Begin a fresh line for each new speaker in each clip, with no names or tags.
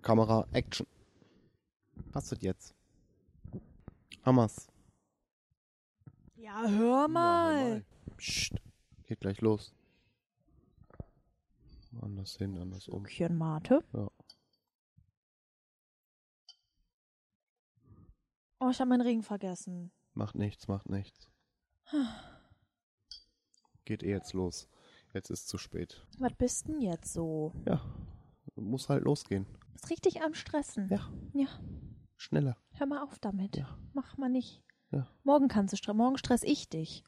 Kamera, Action. Was wird jetzt? Hamas.
Ja, hör mal.
Psst. Geht gleich los. Anders hin, anders um.
Küchen Mate.
Ja.
Oh, ich habe meinen Ring vergessen.
Macht nichts, macht nichts. Geht eh jetzt los. Jetzt ist zu spät.
Was bist denn jetzt so?
Ja. Muss halt losgehen.
Ist richtig am Stressen.
Ja.
Ja,
Schneller.
hör mal auf damit.
Ja.
Mach mal nicht.
Ja.
Morgen kannst du stressen. Morgen stress ich dich.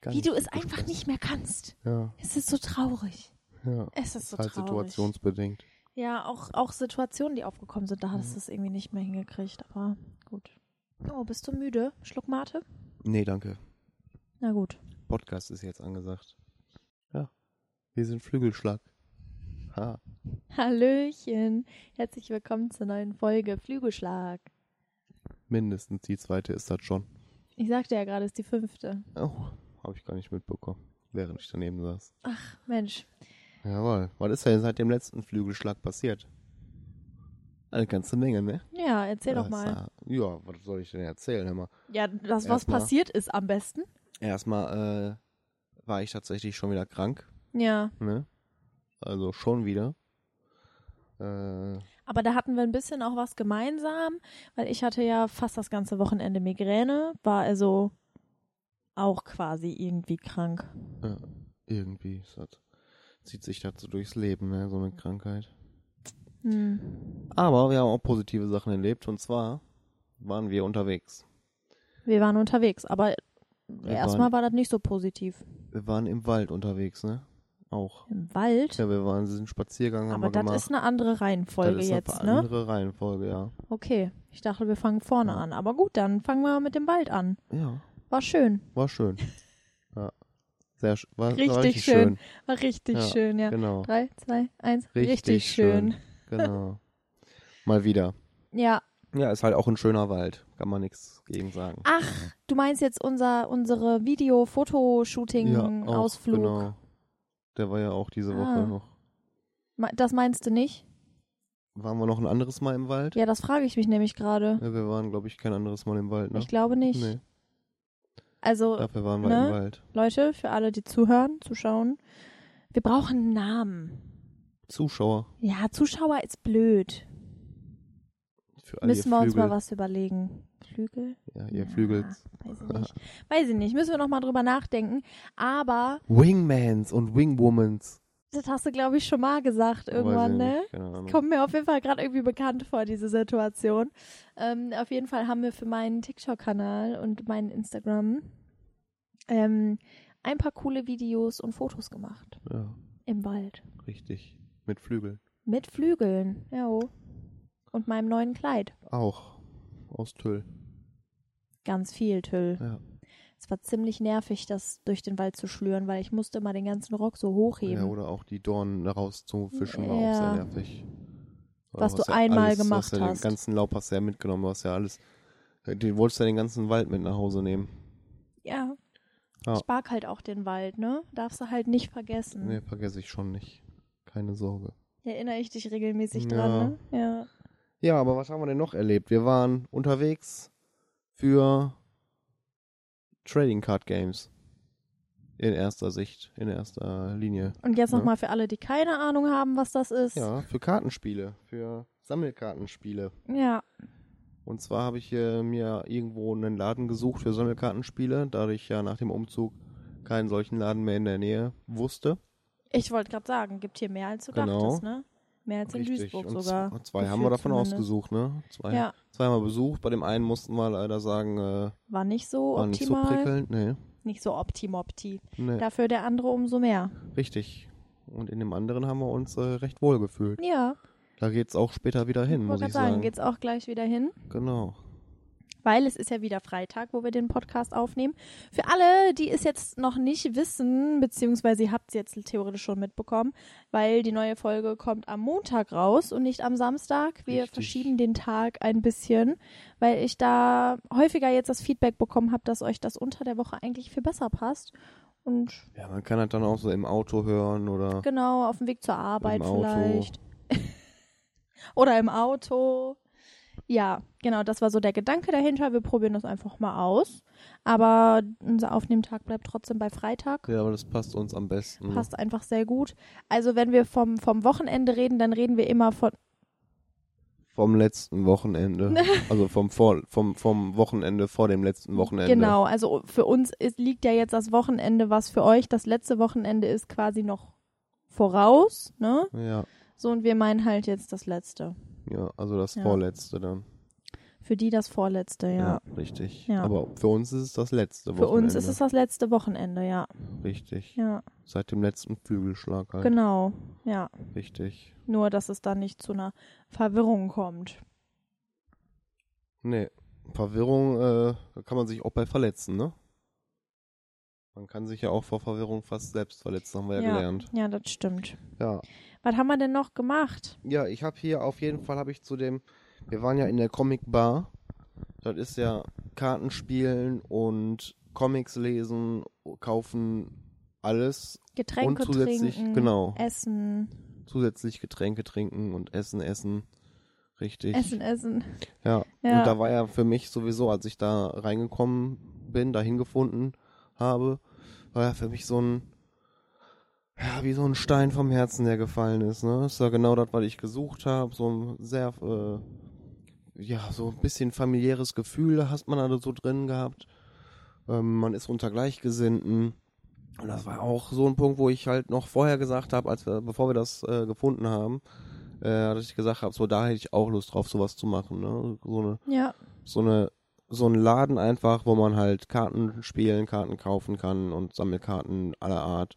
Gar
Wie du
nicht
es einfach
gestresst.
nicht mehr kannst.
Ja,
Es ist so traurig.
ja.
Es ist so
halt
traurig.
situationsbedingt.
Ja, auch, auch Situationen, die aufgekommen sind, da
Mhm.
hattest du es irgendwie nicht mehr hingekriegt, aber gut. Oh, bist du müde? Schluck Mate?
Nee, danke.
Na gut.
Podcast ist jetzt angesagt. Ja. Wir sind Flügelschlag. Ha.
Hallöchen. Herzlich willkommen zur neuen Folge Flügelschlag.
Mindestens die zweite ist das schon.
Ich sagte ja gerade, es ist die fünfte.
Oh, habe ich gar nicht mitbekommen, während ich daneben saß.
Mensch,
Jawohl. Was ist denn seit dem letzten Flügelschlag passiert? Eine ganze Menge, ne?
ja, erzähl doch
Das,
mal.
äh, Ja, was soll ich denn erzählen? Hör mal.
Ja, das, was
erstmal-
passiert ist am besten.
Erstmal äh, war ich tatsächlich schon wieder krank,
Ja,
ne? Also schon wieder. Äh,
aber da hatten wir ein bisschen auch was gemeinsam, weil ich hatte ja fast das ganze Wochenende Migräne, war also auch quasi irgendwie krank.
Ja, irgendwie ist das, zieht sich dazu durchs Leben, ne, so eine Krankheit.
Hm.
Aber wir haben auch positive Sachen erlebt und zwar waren wir unterwegs.
Wir waren unterwegs, aber
Wir
erstmal
waren,
war das nicht so positiv.
wir waren im Wald unterwegs, ne? Auch.
Im Wald,
Ja, wir waren diesen Spaziergang haben
aber
wir
das
gemacht.
ist eine andere
das
Reihenfolge
ist eine
jetzt, ne?
andere Reihenfolge, ja.
Okay, ich dachte, wir fangen vorne
Ja.
an, aber gut, dann fangen wir mit dem Wald an.
Ja,
War schön,
war schön. ja. Sehr sch war, war
Richtig
richtig
schön.
schön.
war richtig
Ja,
schön, ja.
Genau.
Drei, zwei, eins,
Richtig
richtig,
schön.
schön.
Genau. Mal wieder.
Ja,
Ja, ist halt auch ein schöner Wald. Kann man nichts gegen sagen.
Ach, du meinst jetzt unser unsere
ja, auch,
Video-Fotoshooting-Ausflug.
Genau. Der war ja auch diese
Ah.
Woche noch.
Me- Das meinst du nicht?
Waren wir noch ein anderes Mal im Wald?
Ja, das frage ich mich nämlich gerade.
Ja, wir waren, glaube ich, kein anderes Mal im Wald, ne?
Ich glaube nicht.
Nee,
Also,
dafür waren wir
ne?
im Wald.
Leute, für alle, die zuhören, zuschauen, wir brauchen einen Namen.
Zuschauer
Ja, Zuschauer ist blöd.
für alle
Müssen
ihr
wir uns
Flügel.
mal was überlegen. Flügel?
Ja, ihr Flügels.
Ja, weiß ich
Äh.
nicht. Weiß ich nicht. Müssen wir noch mal drüber nachdenken. Aber
Wingmans und Wingwomans.
das hast du, glaube ich, schon mal gesagt
Weiß ich
irgendwann, ne?
nicht, Keine Ahnung.
Kommt mir auf jeden Fall gerade irgendwie bekannt vor, diese Situation. Ähm, auf jeden Fall haben wir für meinen TikTok-Kanal und meinen Instagram ähm, ein paar coole Videos und Fotos gemacht.
Ja,
Im Wald.
richtig. Mit Flügel.
Mit Flügeln. Ja. oh. Und meinem neuen Kleid.
Auch. Aus Tüll.
Ganz viel Tüll.
Ja.
Es war ziemlich nervig, das durch den Wald zu schlüren, weil ich musste mal den ganzen Rock so
ja.
hochheben.
Oder auch die Dornen rauszufischen war auch
Ja.
sehr nervig. Weil
Was du
hast ja
einmal
alles, du hast
gemacht
ja
hast.
Den ganzen Laub hast du ja mitgenommen. Du hast ja alles. Du wolltest ja den ganzen Wald mit nach Hause nehmen.
Ja.
Ja.
Ich mag halt auch den Wald, ne? Darfst du halt nicht vergessen.
Nee, vergesse ich schon nicht. Keine Sorge.
Erinnere ich dich regelmäßig
Ja.
dran, ne? Ja.
Ja, aber was haben wir denn noch erlebt? Wir waren unterwegs für Trading Card Games. In erster Sicht, in erster Linie.
Und jetzt
Ja.
nochmal für alle, die keine Ahnung haben, was das ist.
Ja, für Kartenspiele, für Sammelkartenspiele.
Ja.
Und zwar habe ich äh, mir irgendwo einen Laden gesucht für Sammelkartenspiele, da ich ja nach dem Umzug keinen solchen Laden mehr in der Nähe wusste.
Ich wollte gerade sagen, gibt hier mehr als du
Genau.
dachtest, ne? Mehr als in Duisburg
Und z-
sogar.
zwei haben wir
gefühlt
davon
zumindest.
ausgesucht, ne? Zwei,
Ja,
zwei haben wir besucht. Bei dem einen mussten wir leider sagen, äh,
war nicht so
war nicht so
optimal.
prickelnd. Nee.
nicht so optimopti.
nee.
Dafür der andere umso mehr.
Richtig. Und in dem anderen haben wir uns äh, recht wohl gefühlt.
Ja,
Da geht's auch später wieder hin, muss
wollte
ich
gerade sagen,
sagen.
geht's auch gleich wieder hin.
Genau.
Weil es ist ja wieder Freitag, wo wir den Podcast aufnehmen. Für alle, die es jetzt noch nicht wissen, beziehungsweise ihr habt es jetzt theoretisch schon mitbekommen, weil die neue Folge kommt am Montag raus und nicht am Samstag. Wir
Richtig.
verschieben den Tag ein bisschen, weil ich da häufiger jetzt das Feedback bekommen habe, dass euch das unter der Woche eigentlich viel besser passt. Und
Ja, man kann halt dann auch so im Auto hören oder
genau, auf dem Weg zur Arbeit
Im Auto.
vielleicht. Oder im Auto. Ja, genau, das war so der Gedanke dahinter. Wir probieren das einfach mal aus. Aber unser Aufnehmtag bleibt trotzdem bei Freitag.
ja, aber das passt uns am besten.
Passt einfach sehr gut. Also wenn wir vom, vom Wochenende reden, dann reden wir immer von,
Vom letzten Wochenende. also vom, vor, vom, vom Wochenende vor dem letzten Wochenende.
Genau, also für uns ist, liegt ja jetzt das Wochenende, was für euch das letzte Wochenende ist, quasi noch voraus, ne?
Ja,
So, und wir meinen halt jetzt das letzte.
ja also das
Ja.
vorletzte dann.
Für die das vorletzte, ja.
Ja, richtig.
Ja.
Aber für uns ist es das letzte
für
Wochenende.
uns ist es das letzte Wochenende, ja.
Richtig.
Ja,
Seit dem letzten Flügelschlag halt.
genau, ja.
Richtig.
Nur, dass es dann nicht zu einer Verwirrung kommt.
Nee, Verwirrung äh, da kann man sich auch bei verletzen, ne? Man kann sich ja auch vor Verwirrung fast selbst verletzen, haben wir ja, gelernt.
ja das stimmt.
Ja.
Was haben wir denn noch gemacht?
Ja, ich habe hier auf jeden Fall habe ich zu dem wir waren ja in der Comic Bar. Das ist ja Kartenspielen und Comics lesen, kaufen, alles
Getränke
und zusätzlich
trinken,
genau,
essen,
zusätzlich Getränke trinken und essen essen. Richtig.
essen, essen.
Ja.
Ja.
Und da war ja für mich sowieso, als ich da reingekommen bin, dahin gefunden habe, war ja für mich so ein, ja, wie so ein Stein vom Herzen, der gefallen ist. Ne? Das war genau das, was ich gesucht habe. So ein sehr, äh, ja, so ein bisschen familiäres Gefühl hast man da so drin gehabt. Ähm, man ist unter Gleichgesinnten. Und das war auch so ein Punkt, wo ich halt noch vorher gesagt habe, als wir, bevor wir das äh, gefunden haben, äh, dass ich gesagt habe, so da hätte ich auch Lust drauf, sowas zu machen. Ne? So eine
Ja,
so eine so ein Laden einfach, wo man halt Karten spielen, Karten kaufen kann und Sammelkarten aller Art.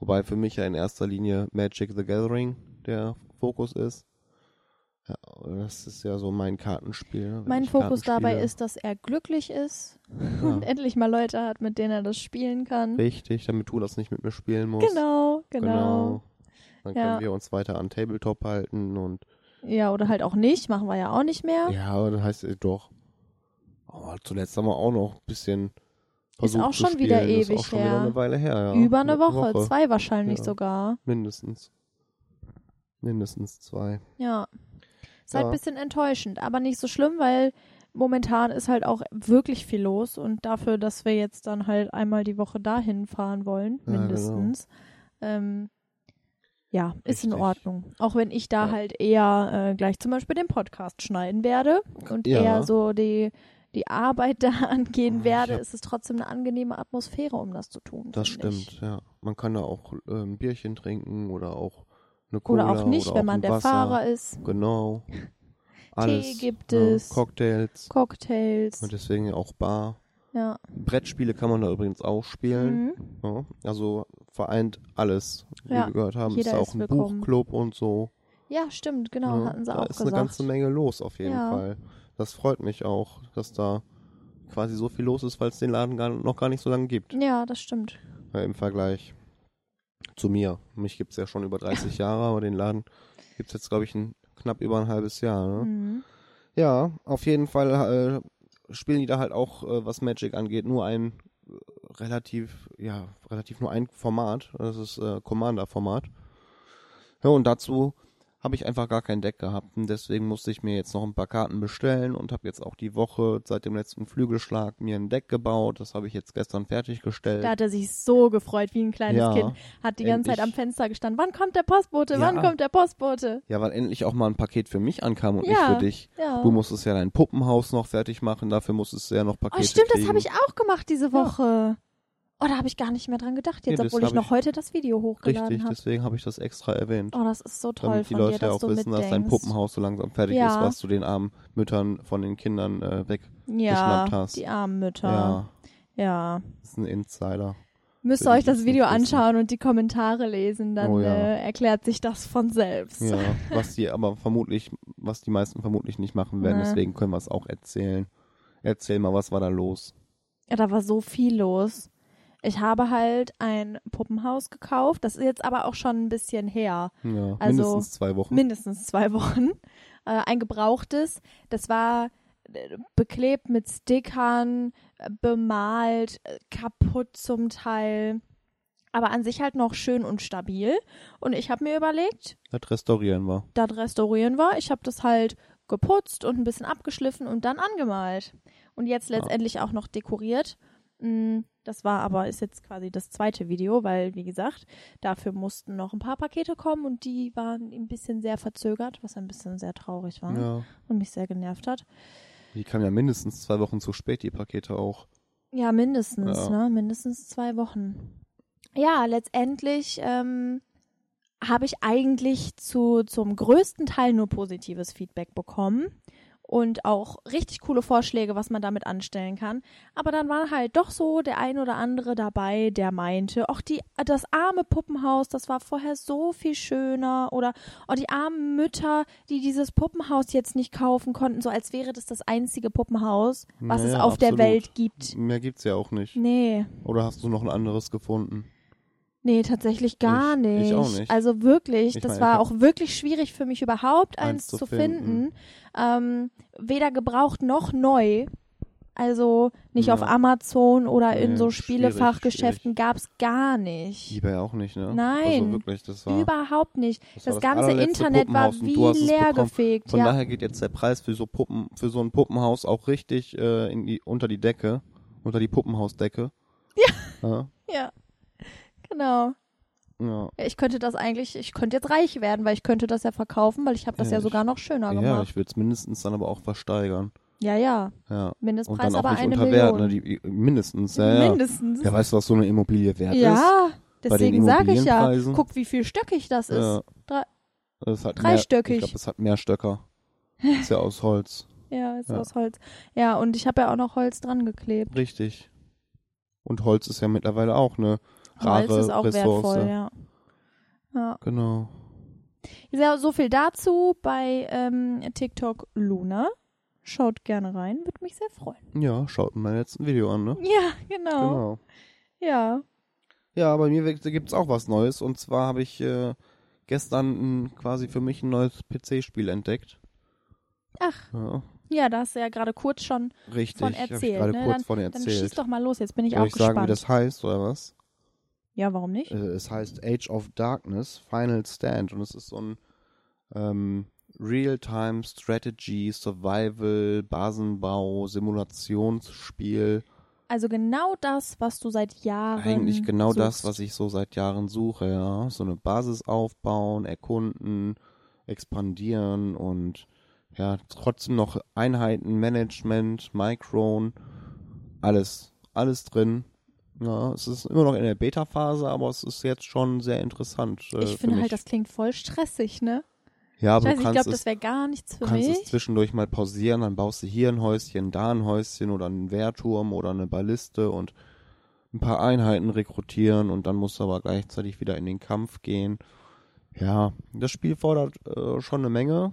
Wobei für mich ja in erster Linie Magic the Gathering der Fokus ist. Ja, das ist ja so mein Kartenspiel. ne? Wenn
mein
ich
Fokus
Karten
dabei
spiele.
ist, dass er glücklich ist. und endlich mal Leute hat, mit denen er das spielen kann.
Richtig, damit du das nicht mit mir spielen musst.
Genau, genau,
Dann
Ja.
können wir uns weiter an Tabletop halten und.
Ja, oder halt auch nicht, machen wir ja auch nicht mehr.
Ja, aber das heißt äh, doch. Aber zuletzt haben wir auch noch ein bisschen.
Ist
Versucht
auch
zu
schon wieder
spielen. Ist auch
ewig
schon
her.
wieder eine Weile her, ja.
Über eine Woche, zwei wahrscheinlich
Ja.
sogar.
Mindestens. Mindestens zwei.
Ja. Ist halt
Ja.
ein bisschen enttäuschend, aber nicht so schlimm, weil momentan ist halt auch wirklich viel los und dafür, dass wir jetzt dann halt einmal die Woche dahin fahren wollen,
Ja, genau.
mindestens. Ähm, ja, ist in
Richtig.
Ordnung. Auch wenn ich da
Ja.
halt eher äh, gleich zum Beispiel den Podcast schneiden werde und
Ja. Ah,
eher so die, die Arbeit da angehen
Ich
werde,
hab-
ist es trotzdem eine angenehme Atmosphäre, um das zu tun.
Das
finde
stimmt,
ich.
ja. Man kann da auch äh, ein Bierchen trinken oder auch eine Cola.
Oder auch nicht,
oder
wenn
auch
man
ein
der
Wasser.
Fahrer ist.
Genau. Alles.
gibt
ja,
es.
Cocktails.
Cocktails.
Und deswegen auch Bar.
Ja.
Brettspiele kann man da übrigens auch spielen.
Mhm.
Ja, also vereint alles, wie
Ja,
wir gehört haben.
jeder
ist auch
ist
ein
willkommen.
Buchclub und so.
Ja, stimmt, genau,
ja,
hatten sie
Ne? da
auch
ist
gesagt.
eine ganze Menge los auf jeden
Ja.
Fall. Das freut mich auch, dass da quasi so viel los ist, weil es den Laden gar, noch gar nicht so lange gibt.
Ja, das stimmt.
Äh, Im Vergleich zu mir. Mich gibt's ja schon über 30 Jahre, aber den Laden gibt's jetzt, glaube ich, ein, knapp über ein halbes Jahr. Ne?
Mhm.
Ja, auf jeden Fall äh, spielen die da halt auch, äh, was Magic angeht, nur ein äh, relativ, ja, relativ nur ein Format. Das ist äh, Commander-Format. Ja, und dazu habe ich einfach gar kein Deck gehabt und deswegen musste ich mir jetzt noch ein paar Karten bestellen und habe jetzt auch die Woche seit dem letzten Flügelschlag mir ein Deck gebaut. Das habe ich jetzt gestern fertiggestellt.
Da hat er sich so gefreut wie ein kleines
Ja,
Kind. Hat die ganze Zeit am
endlich.
Fenster gestanden. Wann kommt der Postbote?
Ja.
Wann kommt der Postbote?
Ja, weil endlich auch mal ein Paket für mich ankam und
Ja,
nicht für dich.
ja.
Du musstest ja dein Puppenhaus noch fertig machen, dafür musstest du ja noch
Oh,
Pakete
stimmt,
kriegen.
das habe ich auch gemacht diese Woche. Oh, da habe ich gar nicht mehr dran gedacht jetzt,
Nee, das
obwohl ich
hab
noch
ich-
heute das Video hochgeladen
Richtig,
habe.
deswegen habe ich das extra erwähnt.
Oh, das ist so toll
damit die
von
Leute
dir,
ja
dass
auch
du
wissen, dass
mitdenkst.
dein Puppenhaus so langsam fertig
Ja.
ist, was du den armen Müttern von den Kindern äh, weg.
ja,
geschnappt hast.
die armen Mütter.
Ja,
Ja.
das ist ein Insider.
Müsst
Für
ihr
die,
euch
die es
das Video
nicht wissen.
anschauen und die Kommentare lesen, dann
Oh ja.
äh, erklärt sich das von selbst.
Ja, was die aber vermutlich, was die meisten vermutlich nicht machen werden,
Nee.
deswegen können wir es auch erzählen. Erzähl mal, was war da los?
Ja, da war so viel los. Ich habe halt ein Puppenhaus gekauft. Das ist jetzt aber auch schon ein bisschen her.
Ja,
Also,
mindestens zwei Wochen.
Mindestens zwei Wochen. Äh, ein gebrauchtes. Das war äh, beklebt mit Stickern, äh, bemalt, äh, kaputt zum Teil. aber an sich halt noch schön und stabil. Und ich habe mir überlegt,
Das restaurieren wir.
das restaurieren wir. Ich habe das halt geputzt und ein bisschen abgeschliffen und dann angemalt. Und jetzt letztendlich auch noch dekoriert. Mm, Das war aber, ist jetzt quasi das zweite Video, weil, wie gesagt, dafür mussten noch ein paar Pakete kommen und die waren ein bisschen sehr verzögert, was ein bisschen sehr traurig war
Ja.
und mich sehr genervt hat.
Die kamen ja mindestens zwei Wochen zu spät, die Pakete auch.
Ja, mindestens,
Ja.
ne? Mindestens zwei Wochen. Ja, letztendlich ähm, habe ich eigentlich zu, zum größten Teil nur positives Feedback bekommen und auch richtig coole Vorschläge, was man damit anstellen kann. Aber dann war halt doch so der ein oder andere dabei, der meinte, ach, die, das arme Puppenhaus, das war vorher so viel schöner oder oh, die armen Mütter, die dieses Puppenhaus jetzt nicht kaufen konnten, so als wäre das das einzige Puppenhaus, was es
Naja,
auf der
absolut.
Welt gibt.
Mehr gibt's ja auch nicht.
Nee,
Oder hast du noch ein anderes gefunden?
nee, tatsächlich gar
Ich-
nicht.
ich auch nicht.
Also wirklich,
Ich
das
meine, ich
war
hab-
auch wirklich schwierig für mich überhaupt, eins,
Eins
zu
zu
finden. Ähm, weder gebraucht noch neu. Also nicht
Ja.
auf Amazon oder in
Nee,
so
schwierig,
Spielefachgeschäften gab's gar nicht.
Ebay auch nicht, ne?
Nein.
Also wirklich, das war.
Überhaupt nicht.
Das
Das,
war das
ganze
allerletzte
Internet war
Puppenhaus und
wie
du hast es
leer
bekommen.
gefegt.
Von
ja.
daher geht jetzt der Preis für so Puppen, für so ein Puppenhaus auch richtig äh, in die, unter die Decke, unter die Puppenhausdecke. Ja.
ja, genau.
Ja.
Ja, Ich könnte das eigentlich, ich könnte jetzt reich werden, weil ich könnte das ja verkaufen, weil ich habe das ja,
Ja, ich-
sogar noch schöner
Ja,
gemacht.
ich würde es mindestens dann aber auch versteigern.
ja, ja.
Ja. Und
Mindestpreis
dann auch
aber
nicht
eine
unter
Million.
Wert, ne? Die, mindestens, ja, ja.
Mindestens.
Ja, weißt du, was so eine Immobilie wert ist?
Ja,
Bei den
deswegen sage ich ja.
Immobilienpreisen?
Guck, wie viel stöckig das ist.
Ja.
Drei-
Das hat
dreistöckig.
Mehr, ich glaube, es hat mehr Stöcker. Ist ja aus Holz.
Ja, ist
Ja.
aus Holz. Ja, und ich habe ja auch noch Holz dran geklebt.
Richtig. Und Holz ist ja mittlerweile auch eine rare
Holz ist auch
Ressource.
wertvoll, ja. Ja.
Genau.
ja. So viel dazu bei ähm, TikTok Luna. Schaut gerne rein, würde mich sehr freuen.
Ja, schaut mal mein letzten Video an, ne?
Ja, genau.
Genau.
Ja.
Ja, bei mir gibt es auch was Neues. Und zwar habe ich äh, gestern ein, quasi für mich ein neues PC-Spiel entdeckt.
Ach,
Ja,
ja, da hast du ja gerade kurz schon
richtig.
von
Hab
erzählt.
ich gerade
ne?
kurz
dann,
von
dann schieß
erzählt.
doch mal los, jetzt bin ich
Soll
auch
ich
gespannt.
sagen, wie das heißt oder was?
ja, warum nicht?
Äh, es heißt Age of Darkness, Final Stand. Und es ist so ein ähm, Real-Time Strategy, Survival, Basenbau, Simulationsspiel.
Also genau das, was du seit Jahren
Eigentlich genau das,
suchst.
was ich so seit Jahren suche, ja. So eine Basis aufbauen, erkunden, expandieren und ja, trotzdem noch Einheiten, Management, Micron, alles, alles drin. Ja, es ist immer noch in der Beta-Phase, aber es ist jetzt schon sehr interessant. Äh,
Ich
für
finde
mich.
halt, das klingt voll stressig, ne?
Ja, aber
Ich weiß,
du
nicht, ich
kannst,
glaube,
es,
das wäre gar nichts
du
für
kannst es
mich.
zwischendurch mal pausieren, dann baust du hier ein Häuschen, da ein Häuschen oder einen Wehrturm oder eine Balliste und ein paar Einheiten rekrutieren und dann musst du aber gleichzeitig wieder in den Kampf gehen. Ja, das Spiel fordert äh, schon eine Menge.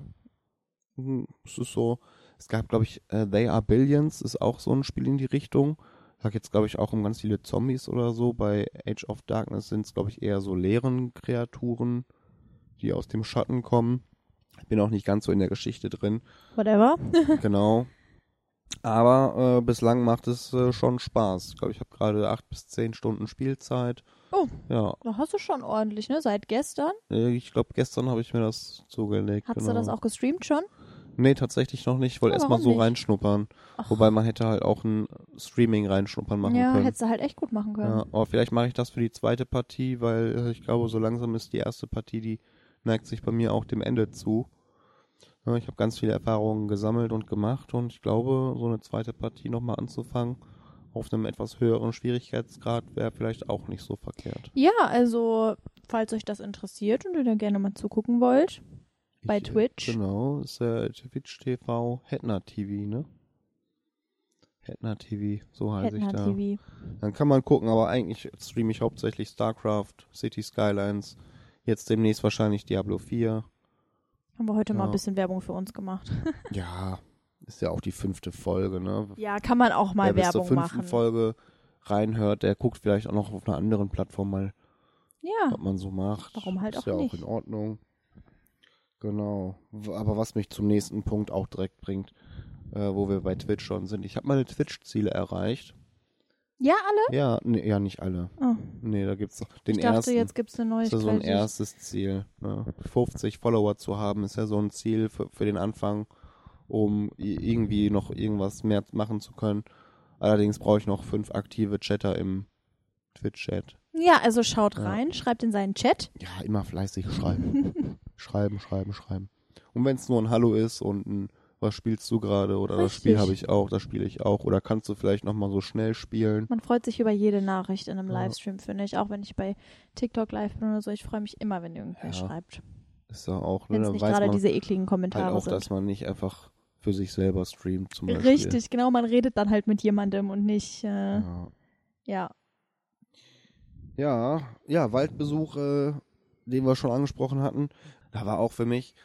Hm, Es ist so, es gab, glaube ich, äh, They Are Billions ist auch so ein Spiel in die Richtung. Da geht's, glaube ich, auch um ganz viele Zombies oder so. Bei Age of Darkness sind es, glaube ich, eher so leeren Kreaturen, die aus dem Schatten kommen. Ich bin auch nicht ganz so in der Geschichte drin.
Whatever.
genau. Aber äh, bislang macht es äh, schon Spaß. Ich glaube, ich habe gerade acht bis zehn Stunden Spielzeit.
Oh.
Ja,
Da hast du schon ordentlich, ne? Seit gestern.
äh, ich glaube, gestern habe ich mir das zugelegt.
Hast
genau.
du das auch gestreamt schon?
Nee, tatsächlich noch nicht. Ich wollte
Oh,
erstmal
warum
so
nicht?
reinschnuppern.
Ach.
Wobei man hätte halt auch ein Streaming reinschnuppern machen
ja,
können.
hättest du halt echt gut machen können.
Ja, aber vielleicht mache ich das für die zweite Partie, weil äh, ich glaube, so langsam ist die erste Partie, die neigt sich bei mir auch dem Ende zu. Ja, ich habe ganz viele Erfahrungen gesammelt und gemacht und ich glaube, so eine zweite Partie nochmal anzufangen auf einem etwas höheren Schwierigkeitsgrad wäre vielleicht auch nicht so verkehrt.
Ja, also, falls euch das interessiert und ihr da gerne mal zugucken wollt, Bei
ich,
Twitch?
Genau, ist äh, Twitch TV, Hetner TV, ne? Hetner TV, so heiße ich
Kettner
da.
TV.
Dann kann man gucken, aber eigentlich streame ich hauptsächlich StarCraft, City Skylines, jetzt demnächst wahrscheinlich Diablo 4.
Haben wir heute mal ein
Ja.
bisschen Werbung für uns gemacht.
Ja, ist ja auch die fünfte Folge, ne?
Ja, kann man auch mal
Wer bis zur
Werbung
fünften
machen.
Folge reinhört, der guckt vielleicht auch noch auf einer anderen Plattform mal,
ja,
was man so macht.
Ah. Warum halt
ist
auch
ja
nicht.
auch in Ordnung. Genau. W- Aber was mich zum nächsten Punkt auch direkt bringt, äh, wo wir bei Twitch schon sind. Ich habe meine Twitch-Ziele erreicht.
Ja, alle?
Ja, nee, ja, nicht alle.
Oh,
Nee, da gibt's doch den
ich dachte,
ersten.
jetzt gibt es eine
ist ja
Neuigkeit.
so ein erstes Ziel. Ne? 50 Follower zu haben, ist ja so ein Ziel für, für den Anfang, um i- irgendwie noch irgendwas mehr machen zu können. Allerdings brauche ich noch fünf aktive Chatter im Twitch-Chat.
ja, also schaut
Ja.
rein, schreibt in seinen Chat.
Ja, immer fleißig schreiben. schreiben, schreiben, schreiben. Und wenn es nur ein Hallo ist und ein was spielst du gerade oder das
Richtig.
Spiel habe ich auch, das spiele ich auch oder kannst du vielleicht noch mal so schnell spielen?
Man freut sich über jede Nachricht in einem
Ja.
Livestream, finde ich. Auch wenn ich bei TikTok live bin oder so. Ich freue mich immer, wenn irgendwer
Ja.
schreibt.
Ist ja auch, ne?
Wenn es
dann
nicht
weiß
gerade
man
diese ekligen Kommentare
halt auch,
sind.
dass man nicht einfach für sich selber streamt zum Beispiel.
Richtig, genau. Man redet dann halt mit jemandem und nicht, äh, ja.
Ja. Ja, ja, Waldbesuch, äh, den wir schon angesprochen hatten, da war auch für mich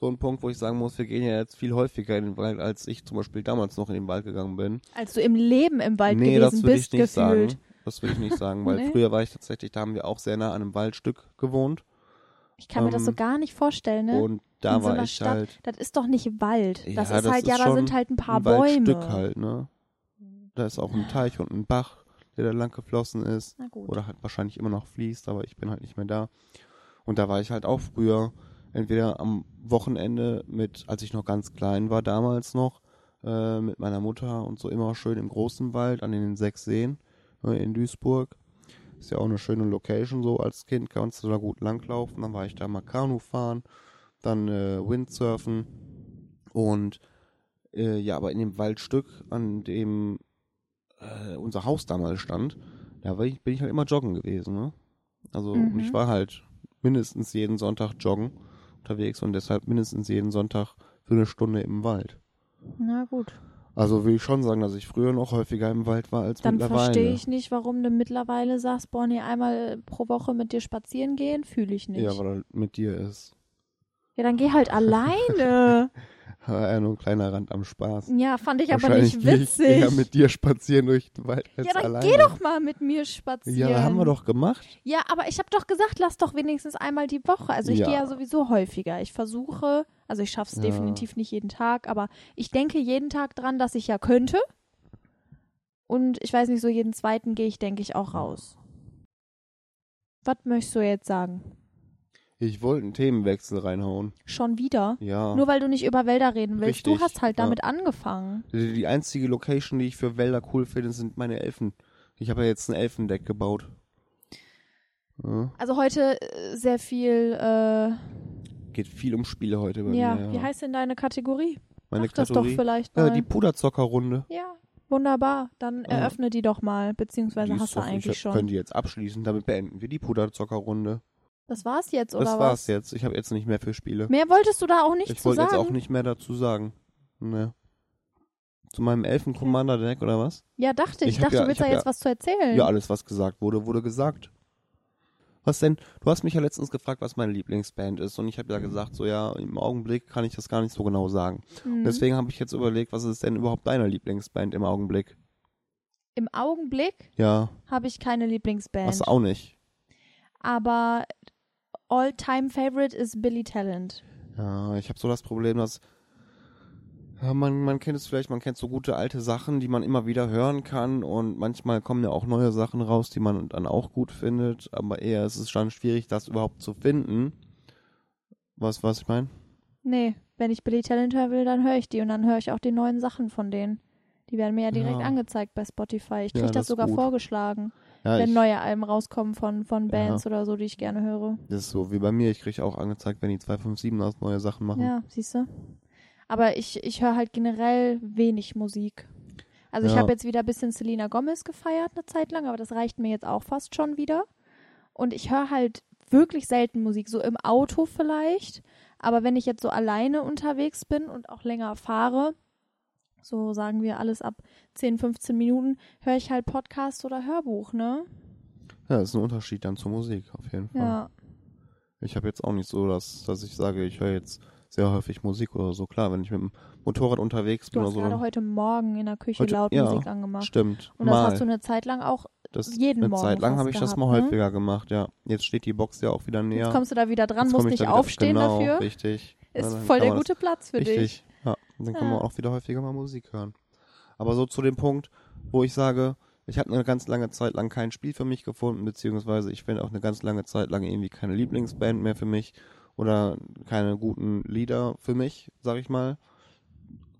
so ein Punkt, wo ich sagen muss, wir gehen ja jetzt viel häufiger in den Wald, als ich zum Beispiel damals noch in den Wald gegangen bin.
Als du im Leben im Wald
nee, das
gewesen
würde
bist,
ich nicht
gefühlt.
sagen. Das würde ich nicht sagen, weil
Nee.
früher war ich tatsächlich, da haben wir auch sehr nah an einem Waldstück gewohnt
Ich kann mir das so
Ähm,
gar nicht vorstellen, ne?
und da
in so
war
einer
ich
Stadt.
halt
Das ist doch nicht Wald.
Ja,
das ist
das
halt,
ist
ja, da
schon
sind halt ein paar
ein
Bäume.
Waldstück halt, ne? Da ist auch ein Teich und ein Bach, der da lang geflossen ist.
Na gut.
oder halt wahrscheinlich immer noch fließt, aber ich bin halt nicht mehr da. Und da war ich halt auch früher entweder am Wochenende mit, als ich noch ganz klein war damals noch, äh, mit meiner Mutter und so immer schön im großen Wald an den sechs Seen äh, in Duisburg. Ist ja auch eine schöne Location so als Kind, kannst du da gut langlaufen. Dann war ich da mal Kanu fahren, dann äh, Windsurfen und äh, ja, aber in dem Waldstück, an dem äh, unser Haus damals stand, da war ich, bin ich halt immer joggen gewesen, ne? Also
Mhm.
und ich war halt mindestens jeden Sonntag joggen unterwegs und deshalb mindestens jeden Sonntag für eine Stunde im Wald.
Na gut.
Also will ich schon sagen, dass ich früher noch häufiger im Wald war als
Dann
mittlerweile.
verstehe ich nicht, warum du mittlerweile sagst, boah, nee, einmal pro Woche mit dir spazieren gehen, fühle ich nicht.
Ja, weil er mit dir ist.
ja, dann geh halt alleine.
War ja nur ein kleiner Rand am Spaß.
ja, fand ich aber
Wahrscheinlich
nicht
gehe ich
witzig.
eher mit dir spazieren durch den Wald als
ja, dann
alleine.
geh doch mal mit mir spazieren.
Ja, haben wir doch gemacht.
Ja, aber ich habe doch gesagt, lass doch wenigstens einmal die Woche. Also ich
Ja.
gehe ja sowieso häufiger. Ich versuche, also ich schaff's
Ja.
definitiv nicht jeden Tag, aber ich denke jeden Tag dran, dass ich ja könnte. Und ich weiß nicht, so jeden zweiten gehe ich, denke ich, auch raus. Was möchtest du jetzt sagen?
Ich wollte einen Themenwechsel reinhauen.
Schon wieder?
Ja.
Nur weil du nicht über Wälder reden willst. Du
Richtig,
hast halt
ja.
damit angefangen.
Die die einzige Location, die ich für Wälder cool finde, sind meine Elfen. Ich habe ja jetzt ein Elfendeck gebaut. Ja,
Also heute äh, sehr viel, äh,
geht viel um Spiele heute bei
ja,
mir. Ja.
wie heißt denn deine Kategorie?
Meine
Mach das doch
Kategorie?
vielleicht mal.
ja, die Puderzockerrunde.
Ja, wunderbar. Dann
Ja.
eröffne die doch mal, beziehungsweise
Die ist
hast du
doch-
eigentlich
ich
schon.
Können die jetzt abschließen, damit beenden wir die Puderzockerrunde.
Das war's jetzt, oder
Das war's
was?
jetzt. Ich habe jetzt nicht mehr für Spiele.
Mehr wolltest du da auch nicht
ich
zu
wollte
sagen.
jetzt auch nicht mehr dazu sagen. Ne. Zu meinem Elfen-Commander-Deck oder was?
Ja, dachte ich.
Ich
Ich
hab
dachte,
ja-
du willst
ich
da
hab
jetzt
ja-
was zu erzählen.
Ja, alles, was gesagt wurde, wurde gesagt. Was denn? Du hast mich ja letztens gefragt, was meine Lieblingsband ist. Und ich habe ja gesagt, so ja, im Augenblick kann ich das gar nicht so genau sagen.
Mhm.
Deswegen habe ich jetzt überlegt, was ist denn überhaupt deine Lieblingsband im Augenblick?
Im Augenblick
Ja,
habe ich keine Lieblingsband.
was auch nicht.
Aber All-Time-Favorite ist Billy Talent.
Ja, ich habe so das Problem, dass ja, man, man kennt es vielleicht, man kennt so gute alte Sachen, die man immer wieder hören kann. Und manchmal kommen ja auch neue Sachen raus, die man dann auch gut findet. Aber eher ist es schon schwierig, das überhaupt zu finden. Was, was ich meine?
Nee, wenn ich Billy Talent hören will, dann höre ich die und dann höre ich auch die neuen Sachen von denen. Die werden mir ja direkt
Ja.
angezeigt bei Spotify. Ich
Ja,
kriege das,
das ist
sogar
gut.
vorgeschlagen,
Ja,
wenn
ich,
neue Alben rauskommen von, von Bands oder so, die ich gerne höre.
Das ist so wie bei mir, ich kriege auch angezeigt, wenn die 257ers neue Sachen machen.
Ja, siehst du. Aber ich, ich höre halt generell wenig Musik. Also ich
Ja.
habe jetzt wieder ein bisschen Selena Gomez gefeiert eine Zeit lang, aber das reicht mir jetzt auch fast schon wieder. Und ich höre halt wirklich selten Musik, so im Auto vielleicht. Aber wenn ich jetzt so alleine unterwegs bin und auch länger fahre, so sagen wir alles ab 10, 15 Minuten, höre ich halt Podcast oder Hörbuch, ne?
Ja, das ist ein Unterschied dann zur Musik, auf jeden Fall.
Ja.
Ich habe jetzt auch nicht so, dass, dass ich sage, ich höre jetzt sehr häufig Musik oder so. Klar, wenn ich mit dem Motorrad unterwegs
Du
bin
hast
oder
gerade
so.
heute Morgen in der Küche
Heute-
laut
ja,
Musik angemacht.
stimmt.
Und das
mal.
hast du eine Zeit lang auch
das,
jeden
eine
Morgen
Zeit lang
fast
habe ich das
gehabt,
mal
ne?
häufiger gemacht, ja. Jetzt steht die Box ja auch wieder näher.
Jetzt kommst du da wieder dran,
Jetzt komm
musst
ich
nicht
da wieder-
aufstehen
genau,
dafür.
Richtig.
Ist
Ja, dann
voll
kann
der
man das-
gute Platz für dich.
Richtig. Ja, dann kann
Ja.
man auch wieder häufiger mal Musik hören. Aber so zu dem Punkt, wo ich sage, Ich habe eine ganz lange Zeit lang kein Spiel für mich gefunden, beziehungsweise ich finde auch eine ganz lange Zeit lang irgendwie keine Lieblingsband mehr für mich oder keine guten Lieder für mich, sag ich mal.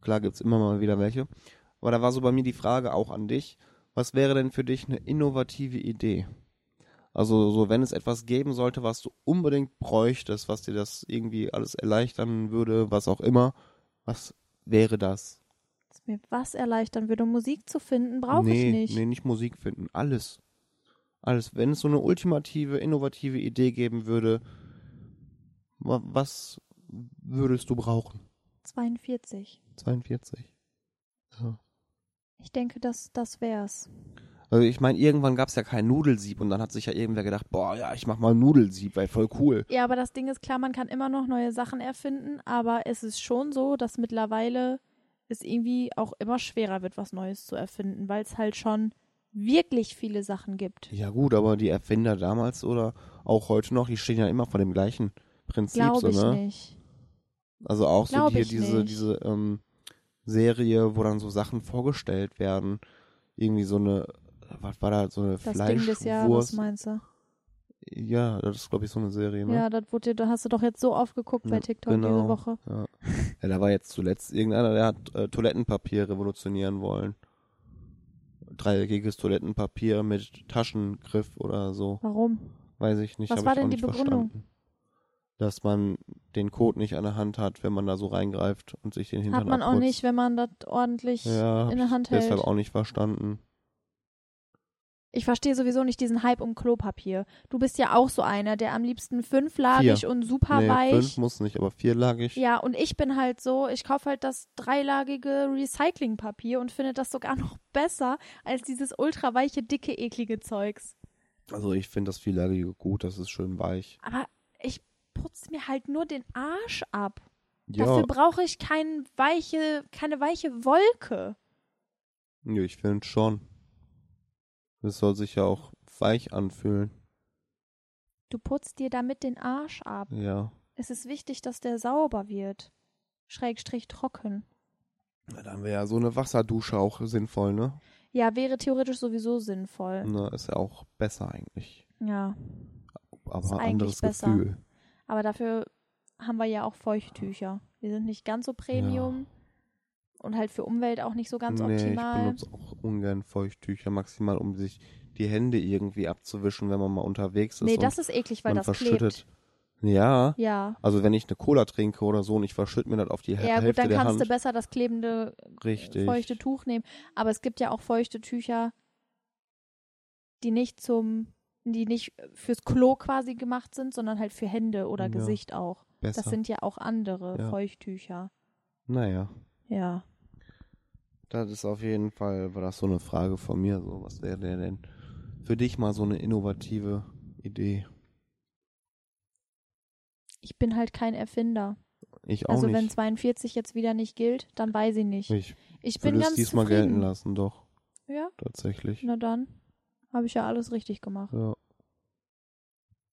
Klar gibt's immer mal wieder welche. Aber da war so bei mir die Frage auch an dich, was wäre denn für dich eine innovative Idee? Also so, wenn es etwas geben sollte, was du unbedingt bräuchtest, was dir das irgendwie alles erleichtern würde, was auch immer, was wäre das?
Dass mir was erleichtern würde, Musik zu finden, brauche
nee,
ich nicht.
Nee, nicht Musik finden, alles. Alles. Wenn es so eine ultimative, innovative Idee geben würde, wa- was würdest du brauchen?
42.
42. Ja.
Ich denke, das, das wär's.
Also ich meine, irgendwann gab es ja kein Nudelsieb und dann hat sich ja irgendwer gedacht, boah, ja, ich mach mal ein Nudelsieb, weil voll cool.
Ja, aber das Ding ist klar, man kann immer noch neue Sachen erfinden, aber es ist schon so, dass mittlerweile es irgendwie auch immer schwerer wird, was Neues zu erfinden, weil es halt schon wirklich viele Sachen gibt.
Ja gut, aber die Erfinder damals oder auch heute noch, die stehen ja immer vor dem gleichen Prinzip,
Glaube
so,
ich
ne?
nicht.
Also auch so
Glaub
hier
ich
diese,
nicht.
diese ähm, Serie, wo dann so Sachen vorgestellt werden. Irgendwie so eine, was war da, so eine
Das Ding des Jahres,
Fleischwurst.
meinst du?
ja, das ist, glaube ich, so eine Serie, ne?
Ja, das wurde, da hast du doch jetzt so oft geguckt bei
Ja,
TikTok
genau.
diese Woche.
Ja. ja, da war jetzt zuletzt irgendeiner, der hat äh, Toilettenpapier revolutionieren wollen. Dreieckiges Toilettenpapier mit Taschengriff oder so.
Warum?
Weiß ich nicht.
Was
hab
war
ich auch
denn die
nicht
Begründung?
Verstanden. Dass man den Code nicht an der Hand hat, wenn man da so reingreift und sich den Hintern
Hat man auch
abputzt.
nicht, wenn man das ordentlich
ja, hab
in der
ich
Hand hält.
deshalb auch nicht verstanden.
Ich verstehe sowieso nicht diesen Hype um Klopapier. Du bist ja auch so einer, der am liebsten fünflagig
Vier.
und super
nee,
weich.
fünf muss nicht, aber vierlagig.
Ja, und ich bin halt so, ich kaufe halt das dreilagige Recyclingpapier und finde das sogar noch besser als dieses ultraweiche, dicke, eklige Zeugs.
Also ich finde das vierlagige gut, das ist schön weich.
Aber ich putze mir halt nur den Arsch ab.
Ja,
Dafür brauche ich kein weiche, keine weiche Wolke.
nee, ich finde schon. Das soll sich ja auch weich anfühlen.
Du putzt dir damit den Arsch ab.
Ja.
Es ist wichtig, dass der sauber wird. Schrägstrich trocken.
Na, dann wäre ja so eine Wasserdusche auch sinnvoll, ne?
Ja, wäre theoretisch sowieso sinnvoll.
Na, ist ja auch besser eigentlich.
Ja. Ist
Aber
eigentlich
anderes
besser.
Gefühl.
Aber dafür haben wir ja auch Feuchttücher. Die sind nicht ganz so Premium und halt für Umwelt auch nicht so ganz
nee, ich
optimal.
benutze auch ungern Feuchttücher, maximal um sich die Hände irgendwie abzuwischen, wenn man mal unterwegs ist.
Nee,
und
das ist eklig, weil
man
das
verschüttet.
klebt.
Ja,
Ja.
also wenn ich eine Cola trinke oder so und ich verschütte mir das auf die Hä-
Ja,
Hälfte
gut, dann
der
kannst
Hand.
du besser das klebende äh,
Richtig.
feuchte Tuch nehmen. Aber es gibt ja auch feuchte Tücher, die nicht zum, die nicht fürs Klo quasi gemacht sind, sondern halt für Hände oder
Ja.
Gesicht auch.
besser.
Das sind ja auch andere
Ja.
Feuchttücher.
naja,
Ja.
das ist auf jeden Fall, war das so eine Frage von mir. So, was wäre denn für dich mal so eine innovative Idee?
Ich bin halt kein Erfinder.
Ich auch
also
nicht.
wenn 42 jetzt wieder nicht gilt, dann weiß ich nicht.
Ich
Ich bin
würde es
ganz
diesmal
zufrieden.
gelten lassen, doch,
Ja,
tatsächlich.
na dann habe ich ja alles richtig gemacht.
Ja.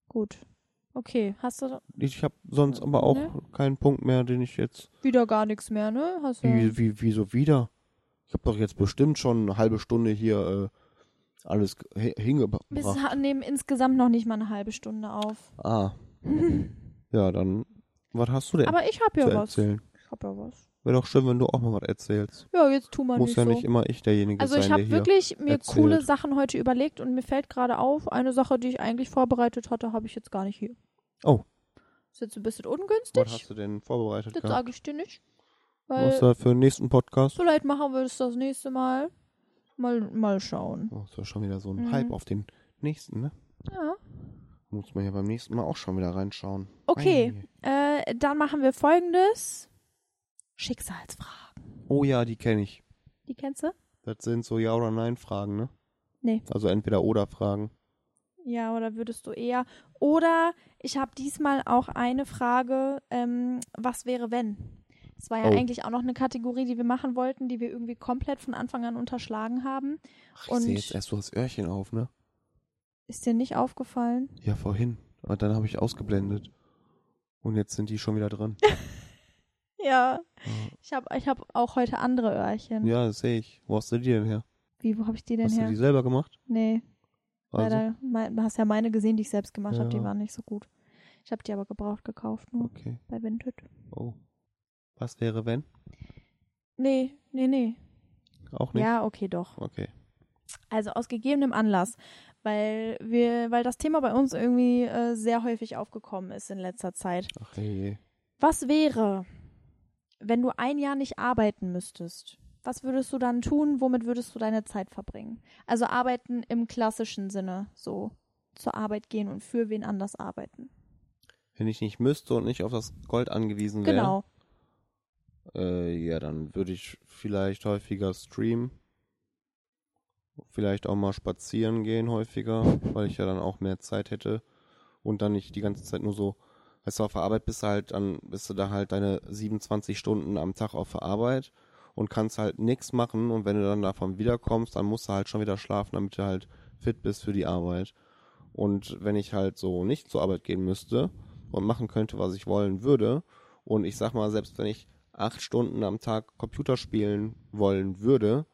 Gut. Okay, hast du
Ich habe sonst aber auch
Ne?
keinen Punkt mehr, den ich jetzt
wieder gar nichts mehr, ne? Hast du
Wie, wie, wieso wieder? Ich habe doch jetzt bestimmt schon eine halbe Stunde hier äh, alles ge- hi-
Wir
hingebracht.
sa- nehmen insgesamt noch nicht mal eine halbe Stunde auf.
Ah. ja, dann, was hast du denn
Aber ich
zu
habe ja was.
erzählen?
Ich habe ja was.
Wäre doch schön, wenn du auch mal was erzählst.
Ja, jetzt tu mal
Muss
nicht
ja
so.
nicht immer ich derjenige
also
sein,
ich
der
habe
hier...
wirklich mir
erzählt.
coole Sachen heute überlegt und mir fällt gerade auf, eine Sache, die ich eigentlich vorbereitet hatte, habe ich jetzt gar nicht hier.
Oh.
Ist jetzt ein bisschen
was
ungünstig.
hast du denn vorbereitet?
Das
gehabt?
sage ich dir nicht.
Was
Weil
da für den nächsten Podcast?
vielleicht machen wir das das nächste Mal. Mal, mal schauen.
Oh, ist ja schon wieder so ein
Mhm.
Hype auf den nächsten, ne?
Ja.
Muss man ja beim nächsten Mal auch schon wieder reinschauen.
Okay, äh, dann machen wir folgendes. Schicksalsfragen.
Ei. Oh ja, die kenne ich.
Die kennst du?
Das sind so Ja- oder Nein-Fragen, ne?
Nee.
Also entweder oder Fragen.
Ja, oder würdest du eher? Oder ich habe diesmal auch eine Frage, ähm, was wäre wenn? Das war ja
Oh.
eigentlich auch noch eine Kategorie, die wir machen wollten, die wir irgendwie komplett von Anfang an unterschlagen haben.
Ach, ich
Und-
sehe jetzt erst so das Öhrchen auf, ne?
Ist dir nicht aufgefallen?
Ja, vorhin. Aber dann habe ich ausgeblendet. Und jetzt sind die schon wieder dran. Ah,
Ja, ich habe ich hab auch heute andere Öhrchen.
ja, das sehe ich. Wo hast du die denn her?
Wie, wo habe ich die denn
Hast
her?
du die selber gemacht?
nee,
Also,
leider. Mein, hast ja meine gesehen, die ich selbst gemacht habe. Die
Ja.
waren nicht so gut. Ich habe die aber gebraucht gekauft, nur
okay.
bei Vinted.
Oh. Was wäre, wenn?
Nee, nee, nee.
Auch nicht?
Ja, okay, doch.
Okay.
Also aus gegebenem Anlass, weil wir, weil das Thema bei uns irgendwie äh, sehr häufig aufgekommen ist in letzter Zeit.
Ach je.
Was wäre, wenn du ein Jahr nicht arbeiten müsstest? Was würdest du dann tun? Womit würdest du deine Zeit verbringen? Also arbeiten im klassischen Sinne, so zur Arbeit gehen und für wen anders arbeiten.
Wenn ich nicht müsste und nicht auf das Gold angewiesen wäre.
Genau.
Äh, ja, dann würde ich vielleicht häufiger streamen. Vielleicht auch mal spazieren gehen häufiger, weil ich ja dann auch mehr Zeit hätte. Und dann nicht die ganze Zeit nur so, weißt du, auf der Arbeit bist du halt, dann bist du da halt deine 27 Stunden am Tag auf der Arbeit und kannst halt nichts machen. Und wenn du dann davon wiederkommst, dann musst du halt schon wieder schlafen, damit du halt fit bist für die Arbeit. Und wenn ich halt so nicht zur Arbeit gehen müsste und machen könnte, was ich wollen würde, und ich sag mal, selbst wenn ich acht Stunden am Tag Computer spielen wollen würde,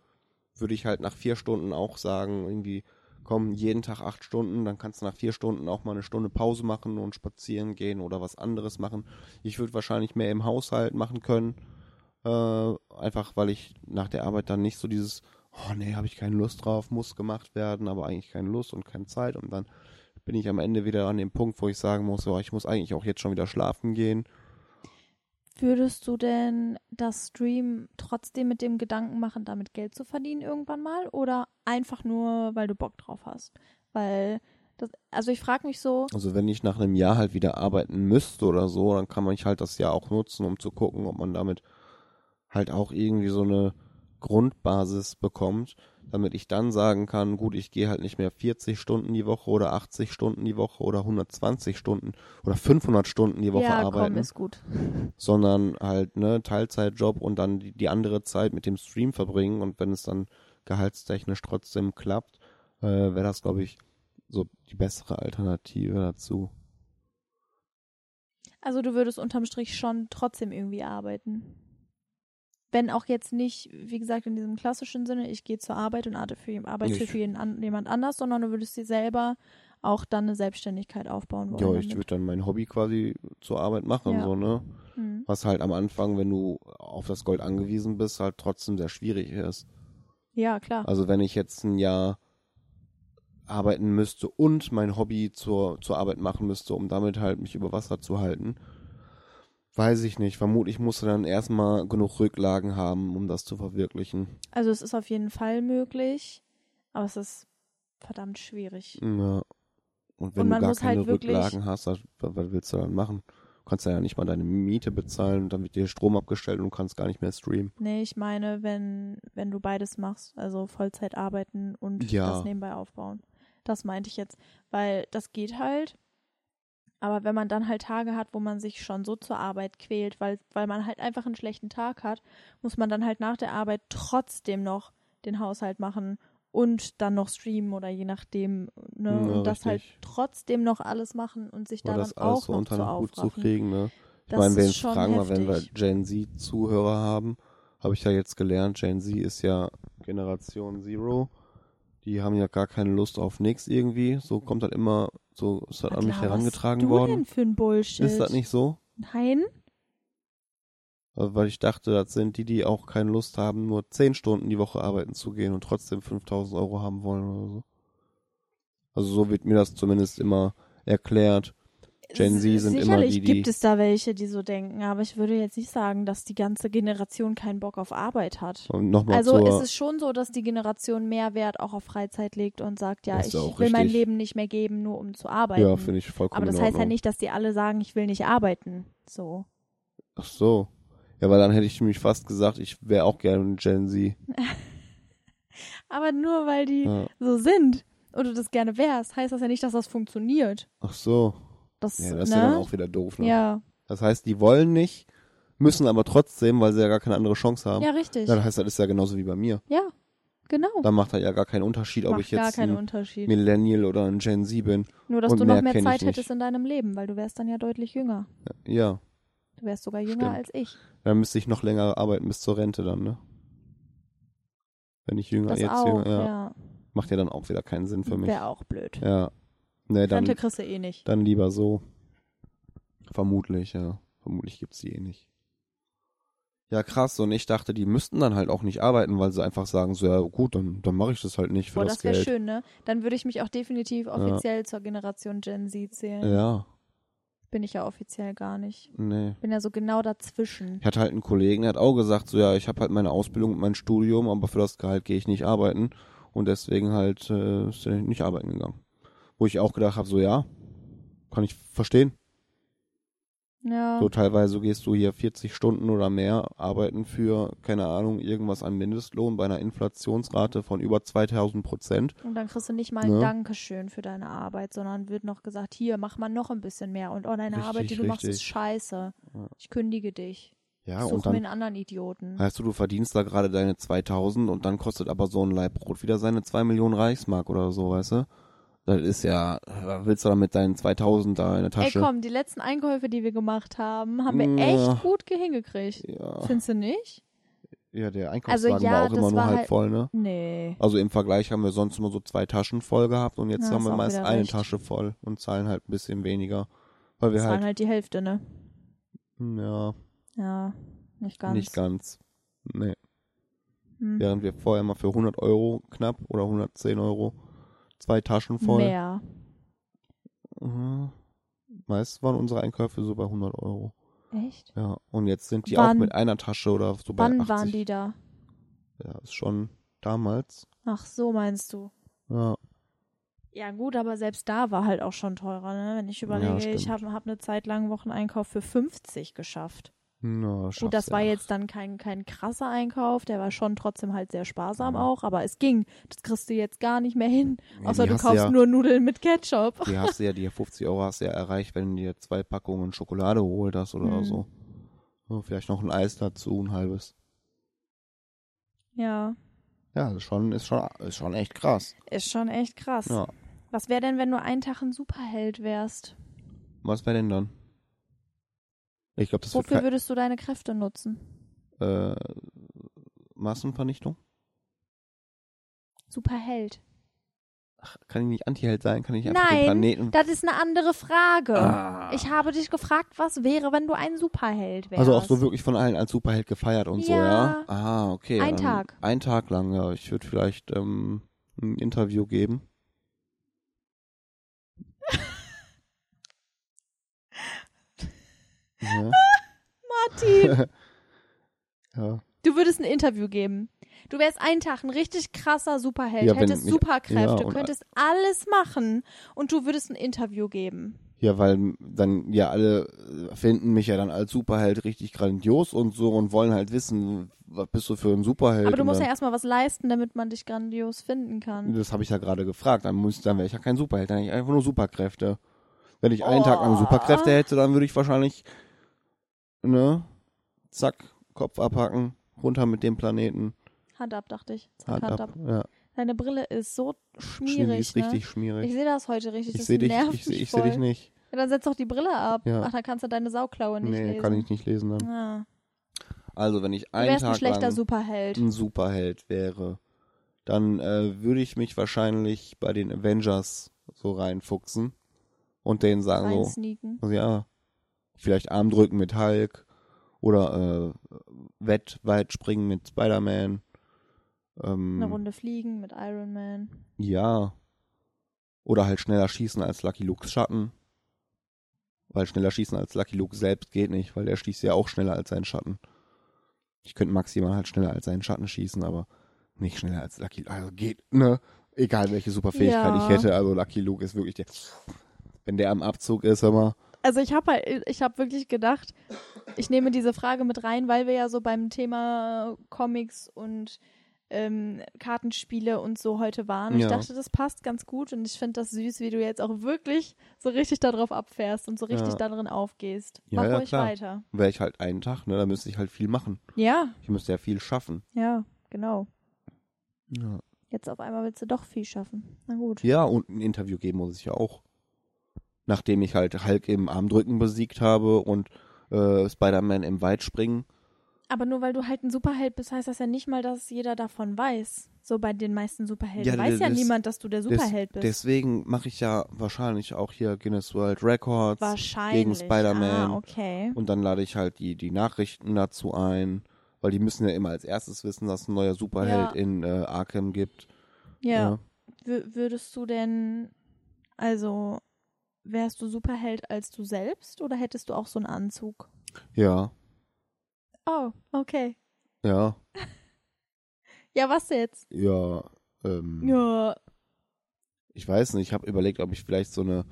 würde ich halt nach vier Stunden auch sagen, irgendwie, komm, jeden Tag acht Stunden, dann kannst du nach vier Stunden auch mal eine Stunde Pause machen und spazieren gehen oder was anderes machen. Ich würde wahrscheinlich mehr im Haushalt machen können, äh, einfach weil ich nach der Arbeit dann nicht so dieses, oh nee, habe ich keine Lust drauf, muss gemacht werden, aber eigentlich keine Lust und keine Zeit und dann bin ich am Ende wieder an dem Punkt, wo ich sagen muss, oh, ich muss eigentlich auch jetzt schon wieder schlafen gehen.
Würdest du denn das Stream trotzdem mit dem Gedanken machen, damit Geld zu verdienen irgendwann mal? Oder einfach nur, weil du Bock drauf hast? Weil, das, also ich frage mich so,
Also wenn ich nach einem Jahr halt wieder arbeiten müsste oder so, dann kann man ich halt das Jahr auch nutzen, um zu gucken, ob man damit halt auch irgendwie so eine Grundbasis bekommt, damit ich dann sagen kann, gut, ich gehe halt nicht mehr 40 Stunden die Woche oder 80 Stunden die Woche oder 120 Stunden oder 500 Stunden die Woche
ja,
arbeiten,
komm, ist gut.
sondern halt ne Teilzeitjob und dann die, die andere Zeit mit dem Stream verbringen und wenn es dann gehaltstechnisch trotzdem klappt, äh, wäre das glaube ich so die bessere Alternative dazu.
Also du würdest unterm Strich schon trotzdem irgendwie arbeiten. Wenn auch jetzt nicht, wie gesagt, in diesem klassischen Sinne, ich gehe zur Arbeit und arbeite für, arbeite
Ich-
für jeden an, jemand anders, sondern du würdest dir selber auch dann eine Selbstständigkeit aufbauen wollen.
Ja, ich
damit.
würde dann mein Hobby quasi zur Arbeit machen,
Ja.
so, ne?
Hm.
Was halt am Anfang, wenn du auf das Gold angewiesen bist, halt trotzdem sehr schwierig ist.
Ja, klar.
Also wenn ich jetzt ein Jahr arbeiten müsste und mein Hobby zur, zur Arbeit machen müsste, um damit halt mich über Wasser zu halten, weiß ich nicht. Vermutlich musst du dann erstmal genug Rücklagen haben, um das zu verwirklichen.
Also es ist auf jeden Fall möglich, aber es ist verdammt schwierig.
Ja. Und wenn
Und
du
man
gar
muss
keine
halt wirklich-
Rücklagen hast, was, was willst du dann machen? Du kannst ja nicht mal deine Miete bezahlen und dann wird dir Strom abgestellt und du kannst gar nicht mehr streamen.
Nee, ich meine, wenn, wenn du beides machst, also Vollzeit arbeiten und
Ja.
das nebenbei aufbauen. Das meinte ich jetzt, weil das geht halt. Aber wenn man dann halt Tage hat, wo man sich schon so zur Arbeit quält, weil, weil man halt einfach einen schlechten Tag hat, muss man dann halt nach der Arbeit trotzdem noch den Haushalt machen und dann noch streamen oder je nachdem, ne,
Ja,
und das halt
richtig.
trotzdem noch alles machen und sich
War
daran
um das alles
auch
so
noch
unter
zu
den Hut zu
aufraffen.
kriegen, ne? Ich
Das
meine, wenn
ist
ich
schon
fragen wir, wenn wir
heftig.
Gen Z-Zuhörer haben, habe ich ja jetzt gelernt, Gen Z ist ja Generation Zero. Die haben ja gar keine Lust auf nichts irgendwie. So kommt halt immer, so ist halt an mich
Adler,
herangetragen
was Was
worden.
denn für ein Bullshit?
Ist das nicht so?
Nein.
Also, Weil ich dachte, das sind die, die auch keine Lust haben, nur 10 Stunden die Woche arbeiten zu gehen und trotzdem 5000 Euro haben wollen oder so. Also so wird mir das zumindest immer erklärt. Gen Z sind immer
Sicherlich
die, die-
gibt es da welche, die so denken, aber ich würde jetzt nicht sagen, dass die ganze Generation keinen Bock auf Arbeit hat.
Und nochmal
Also
zur,
es ist schon so, dass die Generation mehr Wert auch auf Freizeit legt und sagt, ja,
Das
ich
ist ja auch
will mein
richtig.
Leben nicht mehr geben, nur um zu arbeiten.
ja, finde ich vollkommen
aber das
in
heißt ja
Ordnung.
nicht, dass die alle sagen, ich will nicht arbeiten. So.
Ach so. Ja, weil dann hätte ich nämlich fast gesagt, ich wäre auch gerne Gen Z.
Aber nur weil die
Ja.
so sind und du das gerne wärst, heißt das ja nicht, dass das funktioniert.
Ach so.
Das,
Ja, das ist
ne?
ja dann auch wieder doof. Ne?
ja.
Das heißt, die wollen nicht, müssen aber trotzdem, weil sie ja gar keine andere Chance haben.
ja, richtig.
Ja, das heißt, das ist ja genauso wie bei mir.
Ja, genau.
Da macht halt ja gar keinen Unterschied, ob
Macht
ich
gar
jetzt
keinen
ein
Unterschied.
Millennial oder ein Gen Z bin.
Nur, dass
und
du noch
mehr
mehr
kenn ich
Zeit
nicht.
hättest in deinem Leben, weil du wärst dann ja deutlich jünger.
Ja,
Du wärst sogar jünger
Stimmt.
als ich.
dann müsste ich noch länger arbeiten bis zur Rente dann, ne? Wenn ich jünger
Das
jetzt
auch,
jünger, ja.
ja.
Macht ja dann auch wieder keinen Sinn für mich.
Wäre auch blöd.
Ja. Nee, dann,
Rente kriegst du eh nicht.
dann lieber so. Vermutlich, ja. Vermutlich gibt's die eh nicht. Ja, krass. Und ich dachte, die müssten dann halt auch nicht arbeiten, weil sie einfach sagen, so, ja gut, dann, dann mache ich das halt nicht für
Boah,
das,
das wäre
Geld.
schön, ne? Dann würde ich mich auch definitiv offiziell zur Generation Gen Z zählen.
Ja,
Bin ich ja offiziell gar nicht.
nee.
Bin ja so genau dazwischen.
Ich hatte halt einen Kollegen, der hat auch gesagt, so ja, ich habe halt meine Ausbildung und mein Studium, aber für das Gehalt gehe ich nicht arbeiten und deswegen halt äh, ist er nicht arbeiten gegangen. Wo ich auch gedacht habe, so ja, kann ich verstehen.
Ja.
So teilweise gehst du hier 40 Stunden oder mehr arbeiten für, keine Ahnung, irgendwas an Mindestlohn bei einer Inflationsrate von über 2000 Prozent.
Und dann kriegst du nicht mal ein
Ne?
Dankeschön für deine Arbeit, sondern wird noch gesagt, hier, mach mal noch ein bisschen mehr. Und oh, deine
Richtig,
Arbeit, die du machst, ist
richtig.
scheiße.
Ja.
Ich kündige dich.
Ja,
Such
und
mir
dann
einen anderen Idioten.
heißt du, du verdienst da gerade deine 2000 und dann kostet aber so ein Laib Brot wieder seine 2 Millionen Reichsmark oder so, weißt du? Das ist ja, was willst du da mit deinen 2000 da in der
Ey,
Tasche?
komm, die letzten Einkäufe, die wir gemacht haben, haben wir
Ja.
echt gut ge- hingekriegt.
Ja.
Findest du nicht?
ja, der Einkaufswagen
Also ja,
war auch immer
das
nur
war
halb
halt-
voll, ne?
Nee.
Also im Vergleich haben wir sonst immer so zwei Taschen voll gehabt und jetzt
Ja,
haben
hast
wir
auch
meist
wieder
eine
recht.
Tasche voll und zahlen halt ein bisschen weniger. Weil wir
Das waren
halt, hm,
halt die Hälfte, ne?
ja,
Ja, nicht ganz. Mhm.
nicht ganz. Nee.
Hm.
Während wir vorher mal für 100 Euro knapp oder 110 Euro zwei Taschen voll.
Mehr.
Mhm. Meist waren unsere Einkäufe so bei 100 Euro.
Echt?
Ja, und jetzt sind die
Wann-
auch mit einer Tasche oder so bei
Wann
80.
waren die da?
Ja, ist schon damals.
Ach, so meinst du.
Ja,
Ja gut, aber selbst da war halt auch schon teurer, ne? Wenn ich überlege, ich
stimmt.
habe hab eine Zeit lang Wocheneinkauf für 50 geschafft.
na,
Gut,
schaffst
das
du
war
ja.
jetzt dann kein, kein krasser Einkauf, der war schon trotzdem halt sehr sparsam
Ja.
auch, aber es ging. Das kriegst du jetzt gar nicht mehr hin,
Nee,
außer
die
du
hast
kaufst
ja-
nur Nudeln mit Ketchup.
Die hast du ja, die 50 Euro hast du ja erreicht, wenn du dir zwei Packungen Schokolade geholt hast oder
Hm.
so. Ja, vielleicht noch ein Eis dazu, ein halbes.
Ja,
Ja, das ist schon, ist schon, ist schon echt krass.
ist schon echt krass.
Ja.
Was wäre denn, wenn du einen Tag ein Superheld wärst?
Was wäre denn dann? Ich glaube, das wird
Wofür
kein,
würdest du deine Kräfte nutzen?
äh, Massenvernichtung.
Superheld.
Kann ich nicht Antiheld sein? Kann ich einfach den
Nein,
Planeten.
das ist eine andere Frage.
Ah.
Ich habe dich gefragt, was wäre, wenn du ein Superheld wärst.
Also auch so wirklich von allen als Superheld gefeiert und so,
Ja.
ja? Ah, okay.
Ein
dann
Tag.
Ein Tag lang, ja. Ich würde vielleicht ähm, ein Interview geben. ja.
Martin,
ja.
du würdest ein Interview geben. Du wärst einen Tag ein richtig krasser Superheld,
Ja, wenn
hättest
mich-
Superkräfte,
ja, und-
könntest alles machen und du würdest ein Interview geben.
Ja, weil dann ja alle äh, finden mich ja dann als Superheld richtig grandios und so und wollen halt wissen, was bist du für ein Superheld?
Aber du
und
musst ja
dann,
erstmal was leisten, damit man dich grandios finden kann.
Das habe ich genau. ja gerade gefragt. Dann, muss- dann wäre ich ja kein Superheld, dann hätte ich einfach nur Superkräfte. Wenn ich einen Tag lang Superkräfte hätte, dann würde ich wahrscheinlich, ne, zack, Kopf abhacken, runter mit dem Planeten,
Hand ab, dachte ich. Zack,
Hand, ab. Ja,
Deine Brille ist so
schmierig,
schmierig.
ist richtig
ne? Ich
schmierig.
sehe das heute richtig.
Ich
das
sehe dich,
nervt
ich, seh-
mich
ich sehe
voll.
dich nicht.
Ja, dann setz doch die Brille ab.
Ja.
Ach, dann kannst du deine Sauklaue nicht
nee,
lesen.
kann ich nicht lesen. Ne?
Ah.
Also, wenn ich
Du
einen
wärst ein
Tag
schlechter
lang
Superheld.
ein Superheld wäre, dann äh, würde ich mich wahrscheinlich bei den Avengers so reinfuchsen und denen sagen so,
Einsneaken.
Also ja, vielleicht Armdrücken mit Hulk oder äh, Wettweitspringen mit Spider-Man.
Eine
Ähm,
Runde fliegen mit Iron Man.
ja. Oder halt schneller schießen als Lucky Luke's Schatten. Weil schneller schießen als Lucky Luke selbst geht nicht, weil der schießt ja auch schneller als sein Schatten. Ich könnte maximal halt schneller als seinen Schatten schießen, aber nicht schneller als Lucky Luke. Also geht, ne? Egal welche Superfähigkeit
Ja.
ich hätte, also Lucky Luke ist wirklich der. Wenn der am Abzug ist, hör mal.
Also ich habe halt, ich habe wirklich gedacht, ich nehme diese Frage mit rein, weil wir ja so beim Thema Comics und ähm, Kartenspiele und so heute waren. Und Ich
Ja.
dachte, das passt ganz gut und ich finde das süß, wie du jetzt auch wirklich so richtig darauf abfährst und so richtig
Ja.
darin aufgehst.
Ja,
Mach
ja,
ruhig
klar.
weiter.
wäre ich halt einen Tag, ne? Da müsste ich halt viel machen.
Ja,
Ich müsste ja viel schaffen.
ja, genau.
Ja,
Jetzt auf einmal willst du doch viel schaffen. Na gut.
und ein Interview geben muss ich ja auch. Nachdem ich halt Hulk im Armdrücken besiegt habe und äh, Spider-Man im Weitspringen
Aber nur weil du halt ein Superheld bist, heißt das ja nicht mal, dass jeder davon weiß. So bei den meisten Superhelden
Ja,
weiß ja
das-
niemand, dass du der
Des-
Superheld bist.
Deswegen mache ich ja wahrscheinlich auch hier Guinness World Records
Wahrscheinlich.
gegen Spider-Man.
Ah, okay.
Und dann lade ich halt die, die Nachrichten dazu ein, weil die müssen ja immer als erstes wissen, dass es ein neuer Superheld
Ja.
in äh, Arkham gibt.
Ja.
Ja.
Wür- Würdest du denn, also, wärst du Superheld als du selbst oder hättest du auch so einen Anzug?
Ja,
Oh, okay.
ja,
Ja, was jetzt?
ja. Ähm,
Ja.
Ich weiß nicht, ich habe überlegt, ob ich vielleicht so eine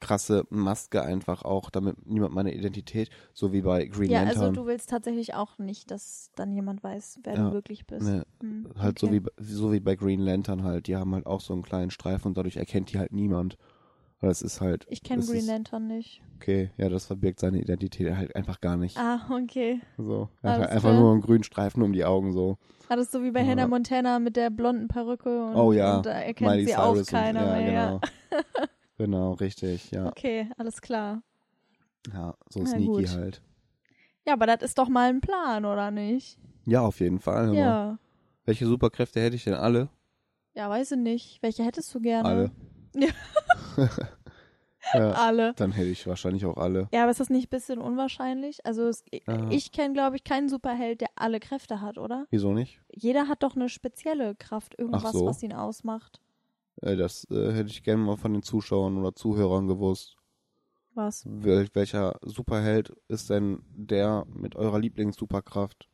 krasse Maske einfach auch, damit niemand meine Identität, so wie bei Green
Ja, also
Lantern,
du willst tatsächlich auch nicht, dass dann jemand weiß, wer
Ja.
du wirklich bist.
ne,
Hm,
halt so,
okay.
wie, bei- so wie bei Green Lantern halt, die haben halt auch so einen kleinen Streifen und dadurch erkennt die halt niemand. Weil es ist halt,
Ich kenne
das
Green
ist-
Lantern nicht.
okay, ja, das verbirgt seine Identität halt einfach gar nicht.
Ah, okay.
So. Einfach,
Alles
einfach
klar.
nur einen grünen Streifen um die Augen so.
Ah, das ist so wie bei
Ja.
Hannah Montana mit der blonden Perücke und,
Oh ja,
und da erkennt
Miley
sie
Cyrus
auch keiner
und, ja,
mehr. Ja.
Genau. genau, richtig, ja.
Okay, alles klar.
Ja, so
Na
sneaky
gut.
halt.
Ja, aber das ist doch mal ein Plan, oder nicht?
Ja, auf jeden Fall. hör mal.
Ja.
Welche Superkräfte hätte ich denn alle?
Ja, weiß ich nicht. Welche hättest du gerne?
Alle.
Ja.
ja,
Alle.
dann hätte ich wahrscheinlich auch alle.
Ja, aber ist das nicht ein bisschen unwahrscheinlich? Also es, ich-
Ja.
ich kenne, glaube ich, keinen Superheld, der alle Kräfte hat, oder?
Wieso nicht?
Jeder hat doch eine spezielle Kraft, irgendwas,
so.
was ihn ausmacht.
Äh, Das äh, hätte ich gerne mal von den Zuschauern oder Zuhörern gewusst.
Was?
Wel welcher Superheld ist denn der mit eurer Lieblingssuperkraft?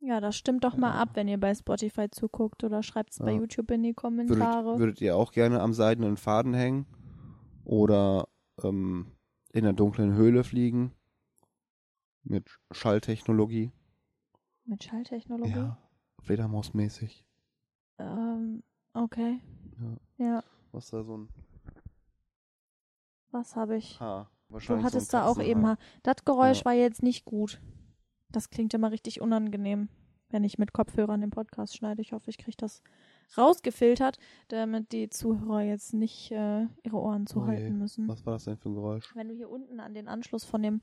Ja, das stimmt doch mal ab, wenn ihr bei Spotify zuguckt oder schreibt es bei
Ja.
YouTube in die Kommentare.
Würdet, würdet ihr auch gerne am seidenen Faden hängen? Oder ähm, in der dunklen Höhle fliegen? Mit Schalltechnologie?
Mit Schalltechnologie?
Ja, Fledermausmäßig.
Ähm, okay. Ja,
Was da so ein
was habe ich?
Haar? Wahrscheinlich
Du hattest
so ein
da auch eben.
Katzenhaar.
mal- Das Geräusch
Ja.
war jetzt nicht gut. Das klingt immer richtig unangenehm, wenn ich mit Kopfhörern den Podcast schneide. Ich hoffe, ich kriege das rausgefiltert, damit die Zuhörer jetzt nicht äh, ihre Ohren
Oh je.
zuhalten müssen.
Was war das denn für ein Geräusch?
Wenn du hier unten an den Anschluss von dem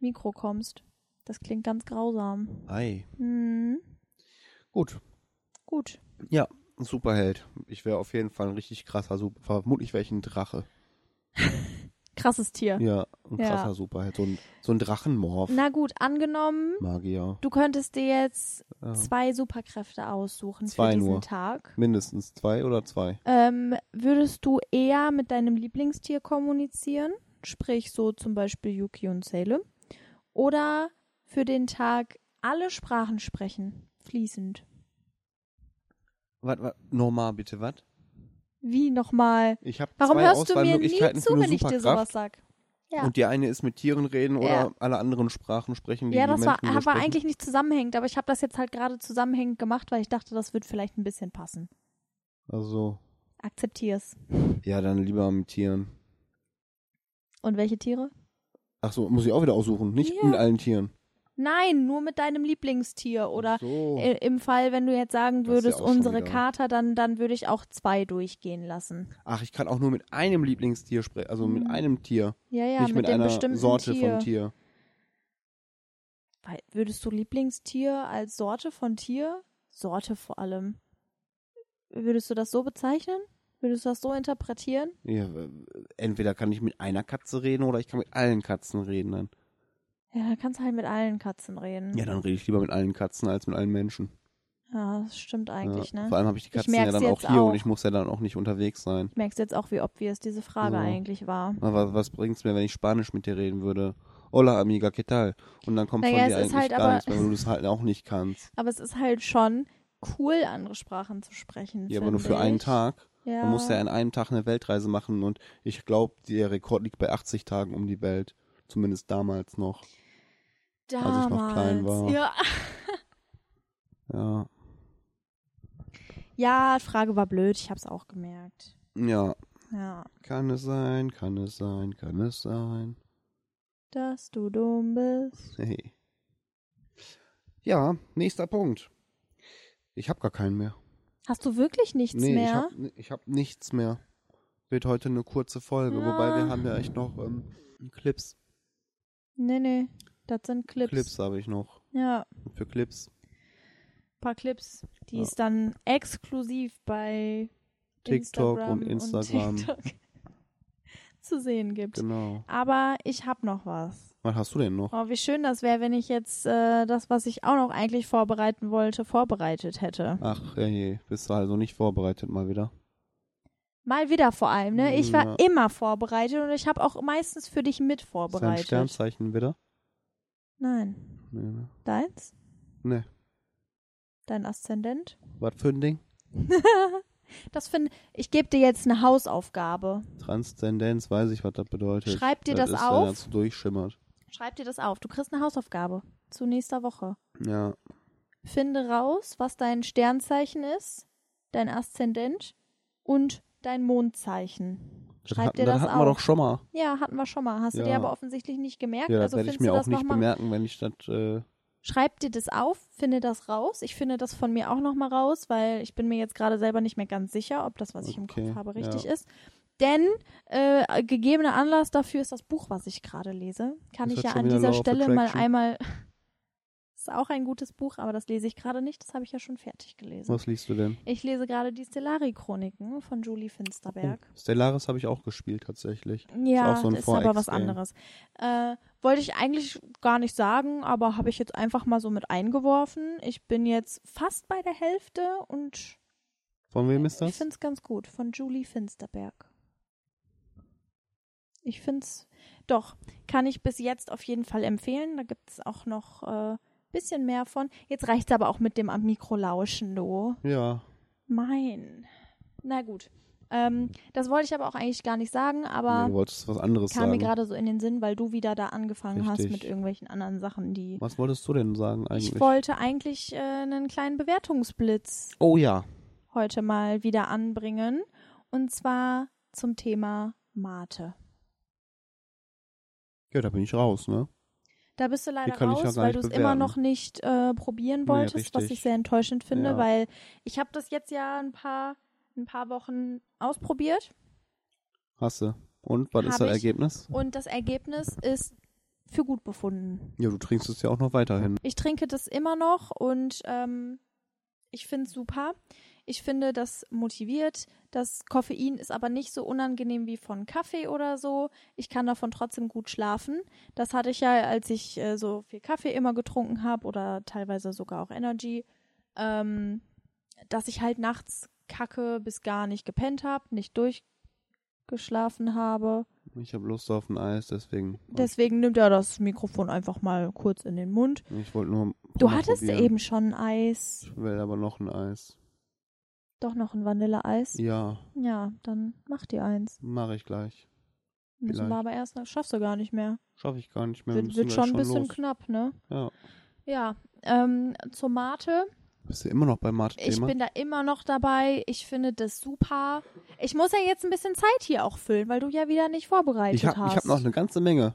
Mikro kommst, das klingt ganz grausam.
Ei.
Hm,
Gut.
gut.
Ja, ein Superheld. Ich wäre auf jeden Fall ein richtig krasser Super. Vermutlich wäre ich ein Drache.
Krasses Tier.
Ja, ein
Ja.
krasser Superheld. So ein, so ein Drachenmorph.
Na gut, angenommen,
Magier.
du könntest dir jetzt
Ja.
zwei Superkräfte aussuchen
Zwei
für diesen
nur.
Tag.
Mindestens zwei oder zwei.
Ähm, würdest du eher mit deinem Lieblingstier kommunizieren? Sprich, so zum Beispiel Yuki und Salem. Oder für den Tag alle Sprachen sprechen? Fließend.
Wat, wat, nochmal bitte, was?
Wie nochmal?
Ich habe
Warum
zwei
hörst du mir nie
Auswahlmöglichkeiten
zu,
für eine
wenn ich dir sowas
Superkraft.
sag? Ja.
Und die eine ist mit Tieren reden oder
Ja.
alle anderen Sprachen sprechen, die
Ja,
die
das war,
Menschen hier
war
sprechen.
eigentlich nicht zusammenhängend, aber ich habe das jetzt halt gerade zusammenhängend gemacht, weil ich dachte, das wird vielleicht ein bisschen passen.
Also,
Akzeptier's.
ja, dann lieber mit Tieren.
Und welche Tiere?
Ach so, muss ich auch wieder aussuchen. Nicht
Ja.
mit allen Tieren.
Nein, nur mit deinem Lieblingstier oder äh,
Ach so.
I- Im Fall, wenn du jetzt sagen
Oh. Das ist ja
würdest,
auch schon
unsere
wieder-
Kater, dann, dann würde ich auch zwei durchgehen lassen.
Ach, ich kann auch nur mit einem Lieblingstier sprechen. Also mit
Mhm.
einem Tier.
Ja, ja,
nicht mit,
dem
einer
bestimmten
Sorte
Tier.
von Tier.
Weil- Würdest du Lieblingstier als Sorte von Tier? Sorte vor allem. Würdest du das so bezeichnen? Würdest du das so interpretieren?
Ja, äh, entweder kann ich mit einer Katze reden oder ich kann mit allen Katzen reden dann.
Ja, dann kannst du halt mit allen Katzen reden.
Ja, dann rede ich lieber mit allen Katzen als mit allen Menschen.
Ja, das stimmt eigentlich,
ja.
ne?
Vor allem habe ich die
Ich
Katzen ja
merk's
dann auch
jetzt
hier
auch.
und ich muss ja dann auch nicht unterwegs sein.
Ich merk's jetzt auch, wie obvious diese Frage
Ja.
eigentlich war.
Aber was bringt's mir, wenn ich Spanisch mit dir reden würde? Hola, amiga, ¿qué tal? Und dann kommt
Naja,
von dir
es
eigentlich
ist halt
gar
aber-
nichts, mehr, weil du das halt auch nicht kannst.
Aber es ist halt schon cool, andere Sprachen zu sprechen.
Ja, aber nur
finde
für einen
ich.
Tag.
Ja.
Man muss ja an einem Tag eine Weltreise machen und ich glaube, der Rekord liegt bei 80 Tagen um die Welt. Zumindest damals noch. als ich noch klein
Damals.
war.
Ja.
Ja.
Ja, Frage war blöd, ich hab's auch gemerkt.
Ja.
Ja,
Kann es sein, kann es sein, kann es sein.
dass du dumm bist.
Hey. Ja, nächster Punkt. Ich habe gar keinen mehr.
Hast du wirklich nichts
nee,
mehr?
ich habe hab nichts mehr. Wird heute eine kurze Folge, wobei wir
Ah.
haben ja echt noch ähm, Clips.
nee, nee, das sind Clips.
Clips habe ich noch.
Ja,
für Clips.
ein paar Clips, die
Ja.
es dann exklusiv bei
TikTok
Instagram
und Instagram.
TikTok zu sehen gibt.
Genau.
Aber ich habe noch was.
Was hast du denn noch?
Oh, wie schön das wäre, wenn ich jetzt äh, das, was ich auch noch eigentlich vorbereiten wollte, vorbereitet hätte.
Ach, ja, je, bist du also nicht vorbereitet mal wieder.
Mal wieder vor allem, ne? Ich war
Ja.
immer vorbereitet und ich habe auch meistens für dich mit
Ist dein
vorbereitet.
Sternzeichen wieder?
Nein.
Nee, ne?
Deins?
Nee.
Dein Aszendent?
Was für ein Ding?
Das finde ich gebe dir jetzt eine Hausaufgabe.
Transzendenz, weiß ich, was das bedeutet.
Schreib dir das
ist,
auf?
Wenn das durchschimmert.
Schreib dir das auf. Du kriegst eine Hausaufgabe zu nächster Woche.
Ja,
Finde raus, was dein Sternzeichen ist, dein Aszendent und dein Mondzeichen. Schreib
hat,
dir das
hatten
auf.
wir doch schon mal.
Ja, hatten wir schon mal. Hast du dir
Ja.
aber offensichtlich nicht gemerkt.
Ja, das
also
werde
findest
ich mir
du
auch
das
nicht
nochmal.
bemerken, wenn ich das. Äh,
Schreib dir das auf, finde das raus. Ich finde das von mir auch nochmal raus, weil ich bin mir jetzt gerade selber nicht mehr ganz sicher, ob das, was ich im
Okay,
Kopf habe,
ja.
richtig ist. Denn äh, gegebener Anlass dafür ist das Buch, was ich gerade lese. Kann
Ist
ich
das
ja
schon
an
wieder
dieser
Law of
Stelle mal
Attraction?
einmal. ist auch ein gutes Buch, aber das lese ich gerade nicht. Das habe ich ja schon fertig gelesen.
was liest du denn?
Ich lese gerade die Stellari-Chroniken von Julie Finsterberg.
Oh, Stellaris habe ich auch gespielt, tatsächlich.
Ja,
auch so ein
das ist aber was
Vorex-Game.
anderes. Äh, wollte ich eigentlich gar nicht sagen, aber habe ich jetzt einfach mal so mit eingeworfen. Ich bin jetzt fast bei der Hälfte und
Von wem ist
ich
das?
finde es ganz gut. Von Julie Finsterberg. Ich finde es, doch, kann ich bis jetzt auf jeden Fall empfehlen. Da gibt es auch noch ein äh, bisschen mehr von. Jetzt reicht es aber auch mit dem am Mikro lauschen, du.
Ja,
Mein. Na gut. Ähm, das wollte ich aber auch eigentlich gar nicht sagen, aber
nee, du wolltest was anderes
kam mir
sagen.
gerade so in den Sinn, weil du wieder da angefangen hast
Richtig.
mit irgendwelchen anderen Sachen, die.
Was wolltest du denn sagen eigentlich?
Ich wollte eigentlich äh, einen kleinen Bewertungsblitz
oh ja,
heute mal wieder anbringen. Und zwar zum Thema Mate.
ja, da bin ich raus, ne?
Da bist du leider
kann ich ja
raus,
gar
weil
nicht
du es
bewerten.
immer noch nicht äh, probieren
Nee,
wolltest, was
richtig.
ich sehr enttäuschend finde,
Ja.
weil ich habe das jetzt ja ein paar, ein paar Wochen ausprobiert
Hasse. Und was
Hab
ist das
ich.
Ergebnis?
und das Ergebnis ist für gut befunden.
Ja, du trinkst es ja auch noch weiterhin.
Ich trinke das immer noch und ähm, ich finde es super. Ich finde, das motiviert. Das Koffein ist aber nicht so unangenehm wie von Kaffee oder so. Ich kann davon trotzdem gut schlafen. Das hatte ich ja, als ich äh, so viel Kaffee immer getrunken habe oder teilweise sogar auch Energy, ähm, dass ich halt nachts kacke bis gar nicht gepennt habe, nicht durchgeschlafen habe.
Ich habe Lust auf ein Eis, deswegen.
Deswegen nimmt er das Mikrofon einfach mal kurz in den Mund.
Ich wollte nur.
Du
mal
hattest
probieren.
eben schon Eis.
Ich will aber noch ein Eis.
Doch noch ein Vanilleeis?
Ja,
Ja, dann mach dir eins.
mache ich gleich.
Müssen
Vielleicht.
wir aber erst, noch- schaffst du gar nicht mehr.
Schaffe ich gar nicht mehr.
Wird,
müssen
wird
gleich
schon ein bisschen
los.
knapp, ne?
Ja.
Ja, ähm, zur Mate.
Bist du immer noch beim
Ich
Mate-Thema?
bin da immer noch dabei. Ich finde das super. Ich muss ja jetzt ein bisschen Zeit hier auch füllen, weil du ja wieder nicht vorbereitet
Ich habe
hast.
hab noch eine ganze Menge.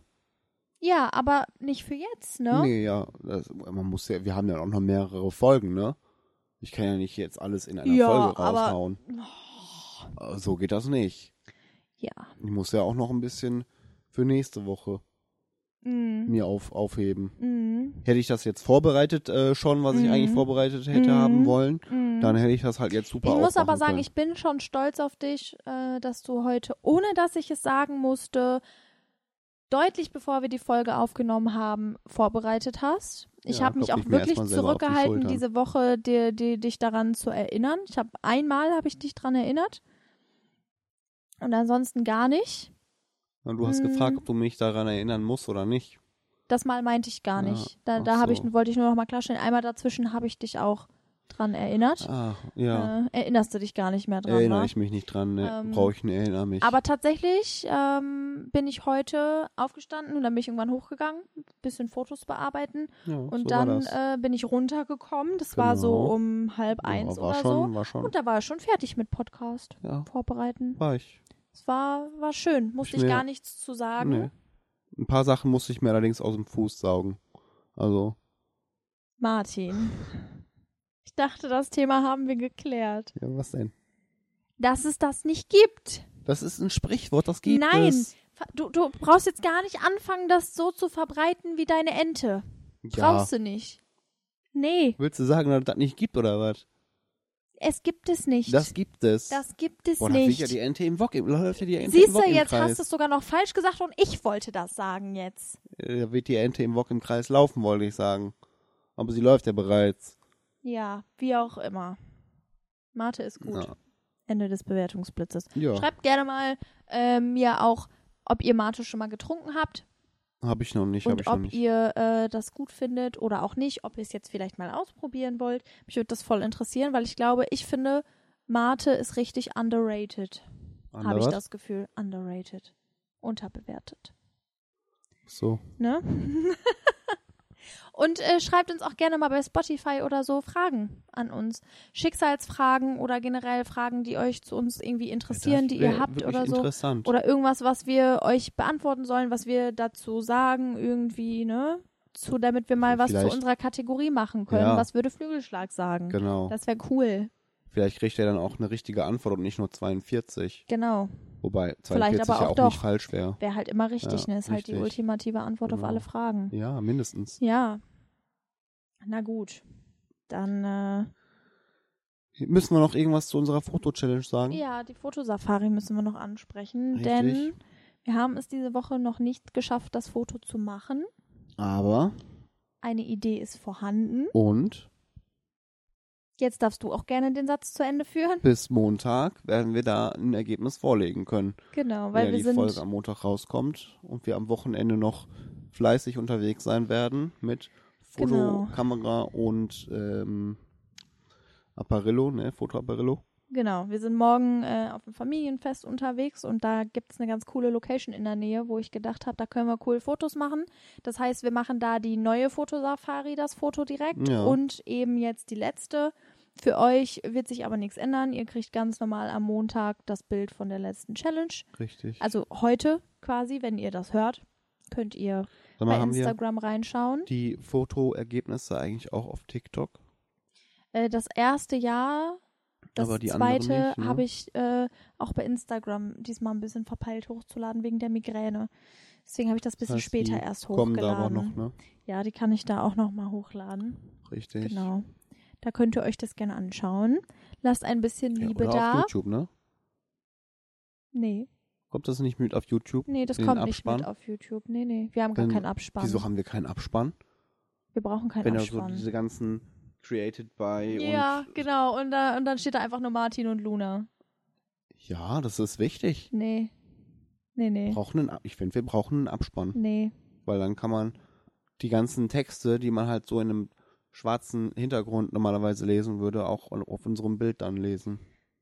ja, aber nicht für jetzt, ne?
Nee, ja. Das, man muss ja, wir haben ja auch noch mehrere Folgen, ne? Ich kann ja nicht jetzt alles in einer
Ja,
Folge
aber-
raushauen. Äh, So geht das nicht.
Ja.
Ich muss ja auch noch ein bisschen für nächste Woche
Mm.
mir auf, aufheben.
Mm.
Hätte ich das jetzt vorbereitet äh, schon, was ich
Mhm.
eigentlich vorbereitet hätte
Mhm.
haben wollen,
Mm.
dann hätte ich das halt jetzt super
Ich muss
aufmachen
aber sagen,
können.
ich bin schon stolz auf dich, äh, dass du heute, ohne dass ich es sagen musste, deutlich bevor wir die Folge aufgenommen haben, vorbereitet hast. Ich
Ja,
habe mich
klopf
auch
ich mir
wirklich
erstmal selber auf die
zurückgehalten,
Schultern.
diese Woche dir, dir, dich daran zu erinnern. Ich habe einmal habe ich dich daran erinnert und ansonsten gar nicht.
Und du hast
Mhm.
gefragt, ob du mich daran erinnern musst oder nicht.
Das mal meinte ich gar
Ja,
nicht. Da,
ach
da habe
so.
ich, wollte ich nur noch mal klarstellen. Einmal dazwischen habe ich dich auch dran erinnert.
Ah, ja.
Äh, erinnerst du dich gar nicht mehr dran?
Erinnere
wa?
ich mich nicht dran, ne?
Ähm,
Brauche ich nicht, erinnere mich.
Aber tatsächlich ähm, bin ich heute aufgestanden und dann bin ich irgendwann hochgegangen, bisschen Fotos bearbeiten
ja,
und
so war
dann
das.
äh, bin ich runtergekommen. Das war so
Genau.
um halb eins
ja, war
oder
schon,
so.
war schon.
Und da war ich schon fertig mit Podcast
ja,
vorbereiten.
war ich.
Es war, war schön, musste ich
mir-
gar nichts zu sagen.
Nee. Ein paar Sachen musste ich mir allerdings aus dem Fuß saugen. Also,
Martin. Ich dachte, das Thema haben wir geklärt.
ja, was denn?
Dass es das nicht gibt.
Das ist ein Sprichwort, das gibt
Nein.
es.
Du, du brauchst jetzt gar nicht anfangen, das so zu verbreiten wie deine Ente.
Ja.
Brauchst du nicht. Nee,
Willst du sagen, dass es das nicht gibt oder was?
es gibt es nicht.
Das gibt es.
Das gibt es
Boah, da fliegt
nicht.
ja die Ente im Wok. im- Läuft ja die Ente im
Siehst
Wok
du,
im
jetzt
Kreis.
hast du es sogar noch falsch gesagt und ich wollte das sagen jetzt.
Äh, Da wird die Ente im Wok im Kreis laufen, wollte ich sagen. Aber sie läuft ja bereits.
Ja, wie auch immer. Mathe ist gut.
Ja.
Ende des Bewertungsblitzes.
ja.
Schreibt gerne mal äh, mir auch, ob ihr Mate schon mal getrunken habt
Habe ich noch nicht, habe
und
ich noch
ob
nicht.
ihr äh, das gut findet oder auch nicht, ob ihr es jetzt vielleicht mal ausprobieren wollt. Mich würde das voll interessieren, weil ich glaube, ich finde, Mate ist richtig underrated. Habe ich
Anderes?
das Gefühl, underrated. Unterbewertet.
So.
Ne? Und äh, schreibt uns auch gerne mal bei Spotify oder so Fragen an uns. Schicksalsfragen oder generell Fragen, die euch zu uns irgendwie interessieren, die ihr
wär
habt
wirklich
oder so.
interessant.
Oder irgendwas, was wir euch beantworten sollen, was wir dazu sagen, irgendwie, ne? Zu, damit wir mal was
Vielleicht-
zu unserer Kategorie machen können.
Ja.
Was würde Flügelschlag sagen?
Genau.
Das wäre cool.
Vielleicht kriegt er dann auch eine richtige Antwort und nicht nur 42.
Genau.
Wobei
Vielleicht
42
aber
ja
auch
auch
doch.
nicht falsch wäre.
Wäre halt immer richtig,
Ja,
ne? Ist halt die
richtig.
ultimative Antwort auf
Genau.
alle Fragen.
Ja, mindestens.
Ja. Na gut. Dann, äh,
Müssen wir noch irgendwas zu unserer Foto-Challenge sagen?
Ja, die Fotosafari müssen wir noch ansprechen,
Richtig.
denn wir haben es diese Woche noch nicht geschafft, das Foto zu machen.
Aber
Eine Idee ist vorhanden.
und
Jetzt darfst du auch gerne den Satz zu Ende führen.
bis Montag werden wir da ein Ergebnis vorlegen können.
Genau,
wenn
weil
ja
wir
die
sind
Folge am Montag rauskommt und wir am Wochenende noch fleißig unterwegs sein werden mit
Genau.
Fotokamera und ähm, Apparillo, ne? Fotoapparillo.
genau, wir sind morgen äh, auf dem Familienfest unterwegs und da gibt es eine ganz coole Location in der Nähe, wo ich gedacht habe, da können wir cool Fotos machen. Das heißt, wir machen da die neue Fotosafari, das Foto direkt
Ja.
und eben jetzt die letzte. Für euch wird sich aber nichts ändern. Ihr kriegt ganz normal am Montag das Bild von der letzten Challenge.
Richtig.
Also heute quasi, wenn ihr das hört, könnt ihr
Sag
bei
mal, haben wir
Instagram reinschauen.
die Fotoergebnisse eigentlich auch auf TikTok?
Äh, das erste Jahr, das
Aber die anderen
zweite
nicht, ne?
habe ich äh, auch bei Instagram diesmal ein bisschen verpeilt hochzuladen wegen der Migräne. Deswegen habe ich das ein bisschen
heißt,
später
die
erst
Kommen da
hochgeladen.
aber noch, ne?
Ja, die kann ich da auch nochmal hochladen.
Richtig.
Genau. Da könnt ihr euch das gerne anschauen. Lasst ein bisschen
Ja,
Liebe
oder auf
da.
YouTube, ne?
Nee,
Kommt das nicht mit auf YouTube?
nee, das
Den
kommt
Abspann?
nicht mit auf YouTube. Nee, nee, wir haben gar
Wenn-
keinen Abspann.
Wieso haben wir keinen Abspann?
wir brauchen keinen
Wenn da so
Abspann.
diese ganzen Created by
Ja,
und
genau. Und, da, und dann steht da einfach nur Martin und Luna.
Ja, das ist wichtig.
Nee. Nee, nee.
Brauchen einen, Ab- ich finde, wir brauchen einen Abspann.
Nee.
weil dann kann man die ganzen Texte, die man halt so in einem schwarzen Hintergrund normalerweise lesen würde, auch on- auf unserem Bild dann lesen.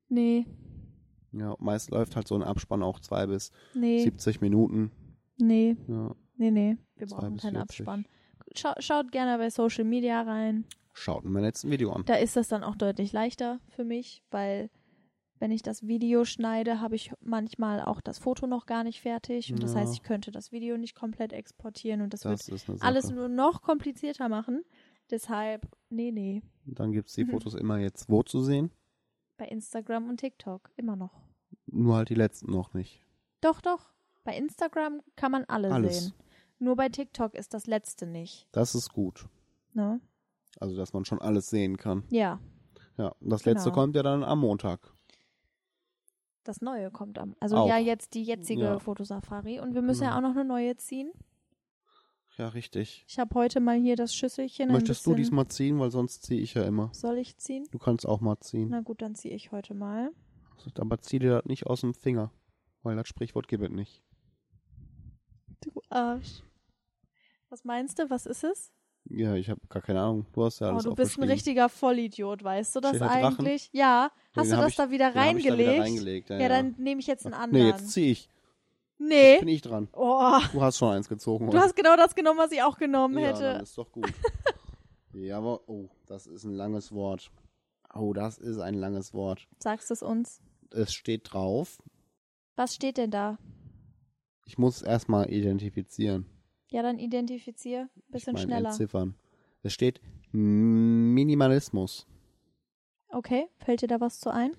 Nee.
Ja, meist läuft halt so ein Abspann auch zwei bis
Nee.
70 Minuten.
Nee.
Ja,
Nee, nee. Wir
Zwei
brauchen
bis
keinen
40.
Abspann. Schau, schaut gerne bei Social Media rein.
schaut in meinem letzten Video an.
Da ist das dann auch deutlich leichter für mich, weil wenn ich das Video schneide, habe ich manchmal auch das Foto noch gar nicht fertig. Und das
Ja.
heißt, ich könnte das Video nicht komplett exportieren und das, wird
Das ist eine Sache.
alles nur noch komplizierter machen. Deshalb, nee, nee.
dann gibt's die
Mhm.
Fotos immer jetzt wo zu sehen,
Bei Instagram und TikTok immer noch.
nur halt die letzten noch nicht.
Doch, doch. Bei Instagram kann man alle
Alles.
sehen. Nur bei TikTok ist das letzte nicht.
Das ist gut.
Ne?
Also, dass man schon alles sehen kann.
Ja,
Ja, und das
Genau.
letzte kommt ja dann am Montag.
das neue kommt am. Also
Auch.
ja, jetzt die jetzige
Ja.
Fotosafari. Und wir müssen ja
Genau.
auch noch eine neue ziehen.
Ja, richtig.
Ich habe heute mal hier das Schüsselchen.
Möchtest
Genau, ein
du
bisschen-
diesmal ziehen, weil sonst ziehe ich ja immer.
Soll ich ziehen?
Du kannst auch mal ziehen.
Na gut, dann ziehe ich heute mal.
Aber zieh dir das nicht aus dem Finger, weil das Sprichwort gibt es nicht.
Du Arsch. Was meinst du? Was ist es?
Ja, ich habe gar keine Ahnung. Du hast ja
oh,
alles
du bist ein
aufgeschrieben.
richtiger Vollidiot, weißt du das
Steht da Drachen?
eigentlich? Ja.
den
Hast du
hab
das
ich-
da wieder
Den hab ich da
reingelegt?
wieder reingelegt. Ja,
ja, dann nehme ich jetzt einen anderen.
Nee, jetzt zieh ich.
nee.
Bin ich dran.
Oh.
Du hast schon eins gezogen.
Du
heute.
hast genau das genommen, was ich auch genommen
ja, Dann
hätte.
ist doch gut. ja, aber, oh, das ist ein langes Wort. Oh, das ist ein langes Wort.
Sagst es uns.
Es steht drauf.
Was steht denn da?
Ich muss es erstmal identifizieren.
Ja, dann identifizier. Bisschen
ich mein,
schneller.
Entziffern. Es steht Minimalismus.
Okay, fällt dir da was zu ein?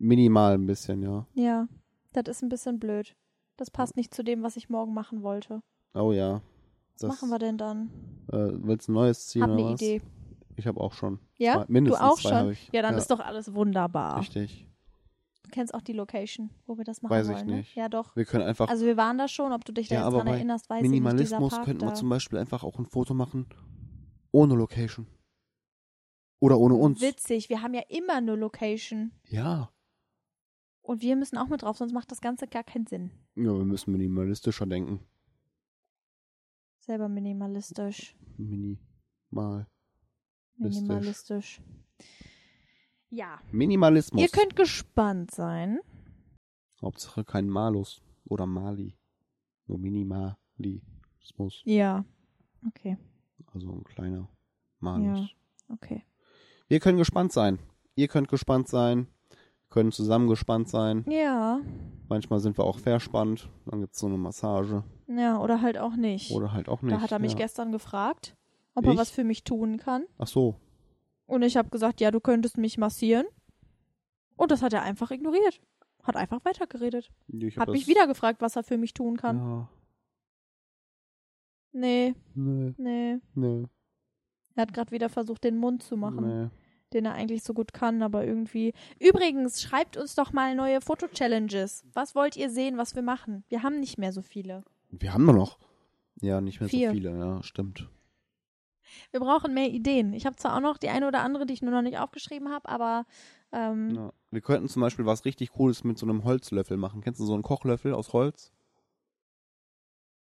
Minimal ein bisschen, ja.
Ja, das ist ein bisschen blöd. Das passt nicht zu dem, was ich morgen machen wollte.
Oh ja.
Was
Das,
machen wir denn dann?
Äh, willst du ein neues Ziel
Hab
oder
eine
was?
Idee.
Ich habe auch schon.
Ja?
Zwei, mindestens
du auch
zwei
schon?
hab ich.
Ja, dann ist doch alles wunderbar.
Richtig.
Du kennst auch die Location, wo wir das machen
Weiß ich
wollen. ne?
nicht.
Ja, doch.
Wir können einfach
Also wir waren da schon, ob du dich da
Ja,
jetzt
aber
dran
bei
erinnerst, weiß ich nicht.
Minimalismus
Dieser Park
könnten wir
da.
zum Beispiel einfach auch ein Foto machen ohne Location. Oder ohne uns.
Witzig, wir haben ja immer eine Location.
Ja.
Und wir müssen auch mit drauf, sonst macht das Ganze gar keinen Sinn.
ja, wir müssen minimalistischer denken.
Selber minimalistisch.
Minimal. Listisch.
Minimalistisch. Ja.
Minimalismus.
Ihr könnt gespannt sein.
Hauptsache kein Malus oder Mali. Nur Minimalismus.
Ja. Okay,
Also ein kleiner Malus.
Ja. okay.
Wir können gespannt sein. Ihr könnt gespannt sein. Wir können zusammen gespannt sein.
Ja.
Manchmal sind wir auch verspannt. Dann gibt's so eine Massage.
Ja, oder halt auch nicht.
Oder halt auch nicht.
da hat er mich
ja.
gestern gefragt, ob
Ich?
er was für mich tun kann.
Ach so.
Und ich habe gesagt, ja, du könntest mich massieren. Und das hat er einfach ignoriert. Hat einfach weitergeredet.
Ich hab
Hat mich
das-
wieder gefragt, was er für mich tun kann.
Ja.
Nee,
Nee,
nee.
nee.
Er hat gerade wieder versucht, den Mund zu machen.
Nee.
den er eigentlich so gut kann, aber irgendwie. Übrigens, schreibt uns doch mal neue Foto-Challenges. Was wollt ihr sehen, was wir machen? Wir haben nicht mehr so viele.
Wir haben nur noch. Ja, nicht mehr
Vier.
so viele, ja, stimmt.
Wir brauchen mehr Ideen. Ich habe zwar auch noch die eine oder andere, die ich nur noch nicht aufgeschrieben habe, aber ähm,
Ja. Wir könnten zum Beispiel was richtig Cooles mit so einem Holzlöffel machen. Kennst du so einen Kochlöffel aus Holz?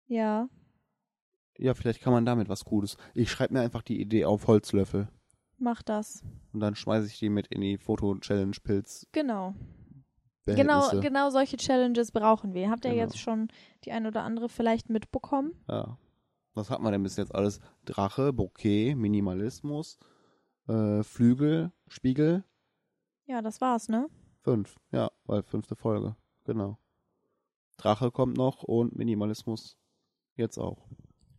ja.
Ja, vielleicht kann man damit was Cooles. Ich schreibe mir einfach die Idee auf Holzlöffel.
mach das.
Und dann schmeiße ich die mit in die Foto-Challenge-Pilz.
Genau. Genau, genau solche Challenges brauchen wir. Habt ihr
Genau.
jetzt schon die eine oder andere vielleicht mitbekommen?
Ja. Was hat man denn bis jetzt alles? Drache, Bouquet, Minimalismus, äh, Flügel, Spiegel,
Ja, das war's, ne?
fünf. Ja, weil fünfte Folge. Genau. Drache kommt noch und Minimalismus jetzt auch.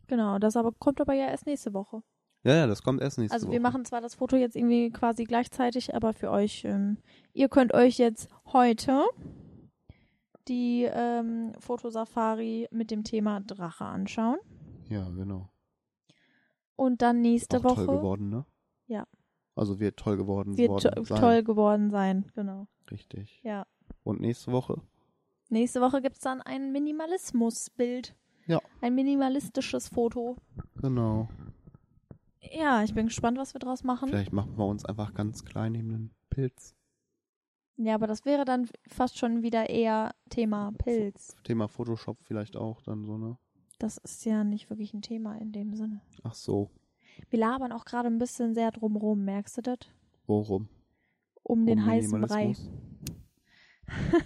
Genau, das aber kommt aber ja erst nächste Woche.
Ja, ja, das kommt erst nächste
Also
Woche.
wir machen zwar das Foto jetzt irgendwie quasi gleichzeitig, aber für euch, ähm, ihr könnt euch jetzt heute die ähm, Fotosafari mit dem Thema Drache anschauen.
Ja, genau.
Und dann nächste
auch toll
Woche
geworden, ne?
Ja.
Also wird toll geworden
wird
worden
to
sein.
toll geworden sein. Genau.
Richtig.
Ja.
Und nächste Woche?
Nächste Woche gibt es dann ein Minimalismusbild.
Ja.
Ein minimalistisches Foto.
Genau.
Ja, ich bin gespannt, was wir draus machen.
Vielleicht machen wir uns einfach ganz klein neben den Pilz.
Ja, aber das wäre dann fast schon wieder eher Thema Pilz.
Thema Photoshop vielleicht auch dann so, ne?
Das ist ja nicht wirklich ein Thema in dem Sinne.
Ach so,
Wir labern auch gerade ein bisschen sehr drumrum, merkst du das?
worum?
Um den
um
heißen Brei.
Minimalismus?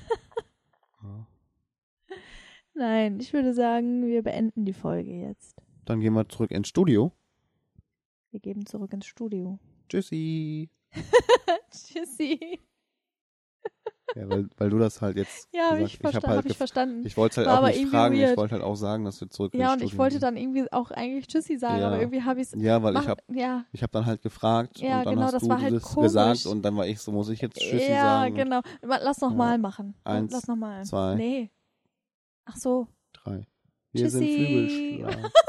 ja.
Nein, ich würde sagen, wir beenden die Folge jetzt.
Dann gehen wir zurück ins Studio.
Wir geben zurück ins Studio.
Tschüssi.
Tschüssi.
Ja, weil, weil du das halt jetzt
Ja, habe
gesagt
ich,
ich hab
versta
halt
hab ich
gef-
verstanden.
Ich wollte halt
War
auch
aber
nicht
irgendwie
fragen, ich
weird.
wollte halt auch sagen, dass wir zurück
ja,
ins
und
Studio
ich wollte
gehen.
dann irgendwie auch eigentlich Tschüssi sagen,
Ja.
aber irgendwie habe ich es.
Ja, weil ich habe
Ja,
ich hab dann halt gefragt
Ja,
und dann
genau,
hast
das
du
war halt
das gesagt
komisch.
und dann war ich so, muss ich jetzt Tschüssi
ja
sagen?
genau. Ma- Lass
Ja.
nochmal mal machen.
Eins,
Lass nochmal.
zwei.
Nee. Ach so.
Drei. Wir sind
Tschüssi.
Flügelschlag.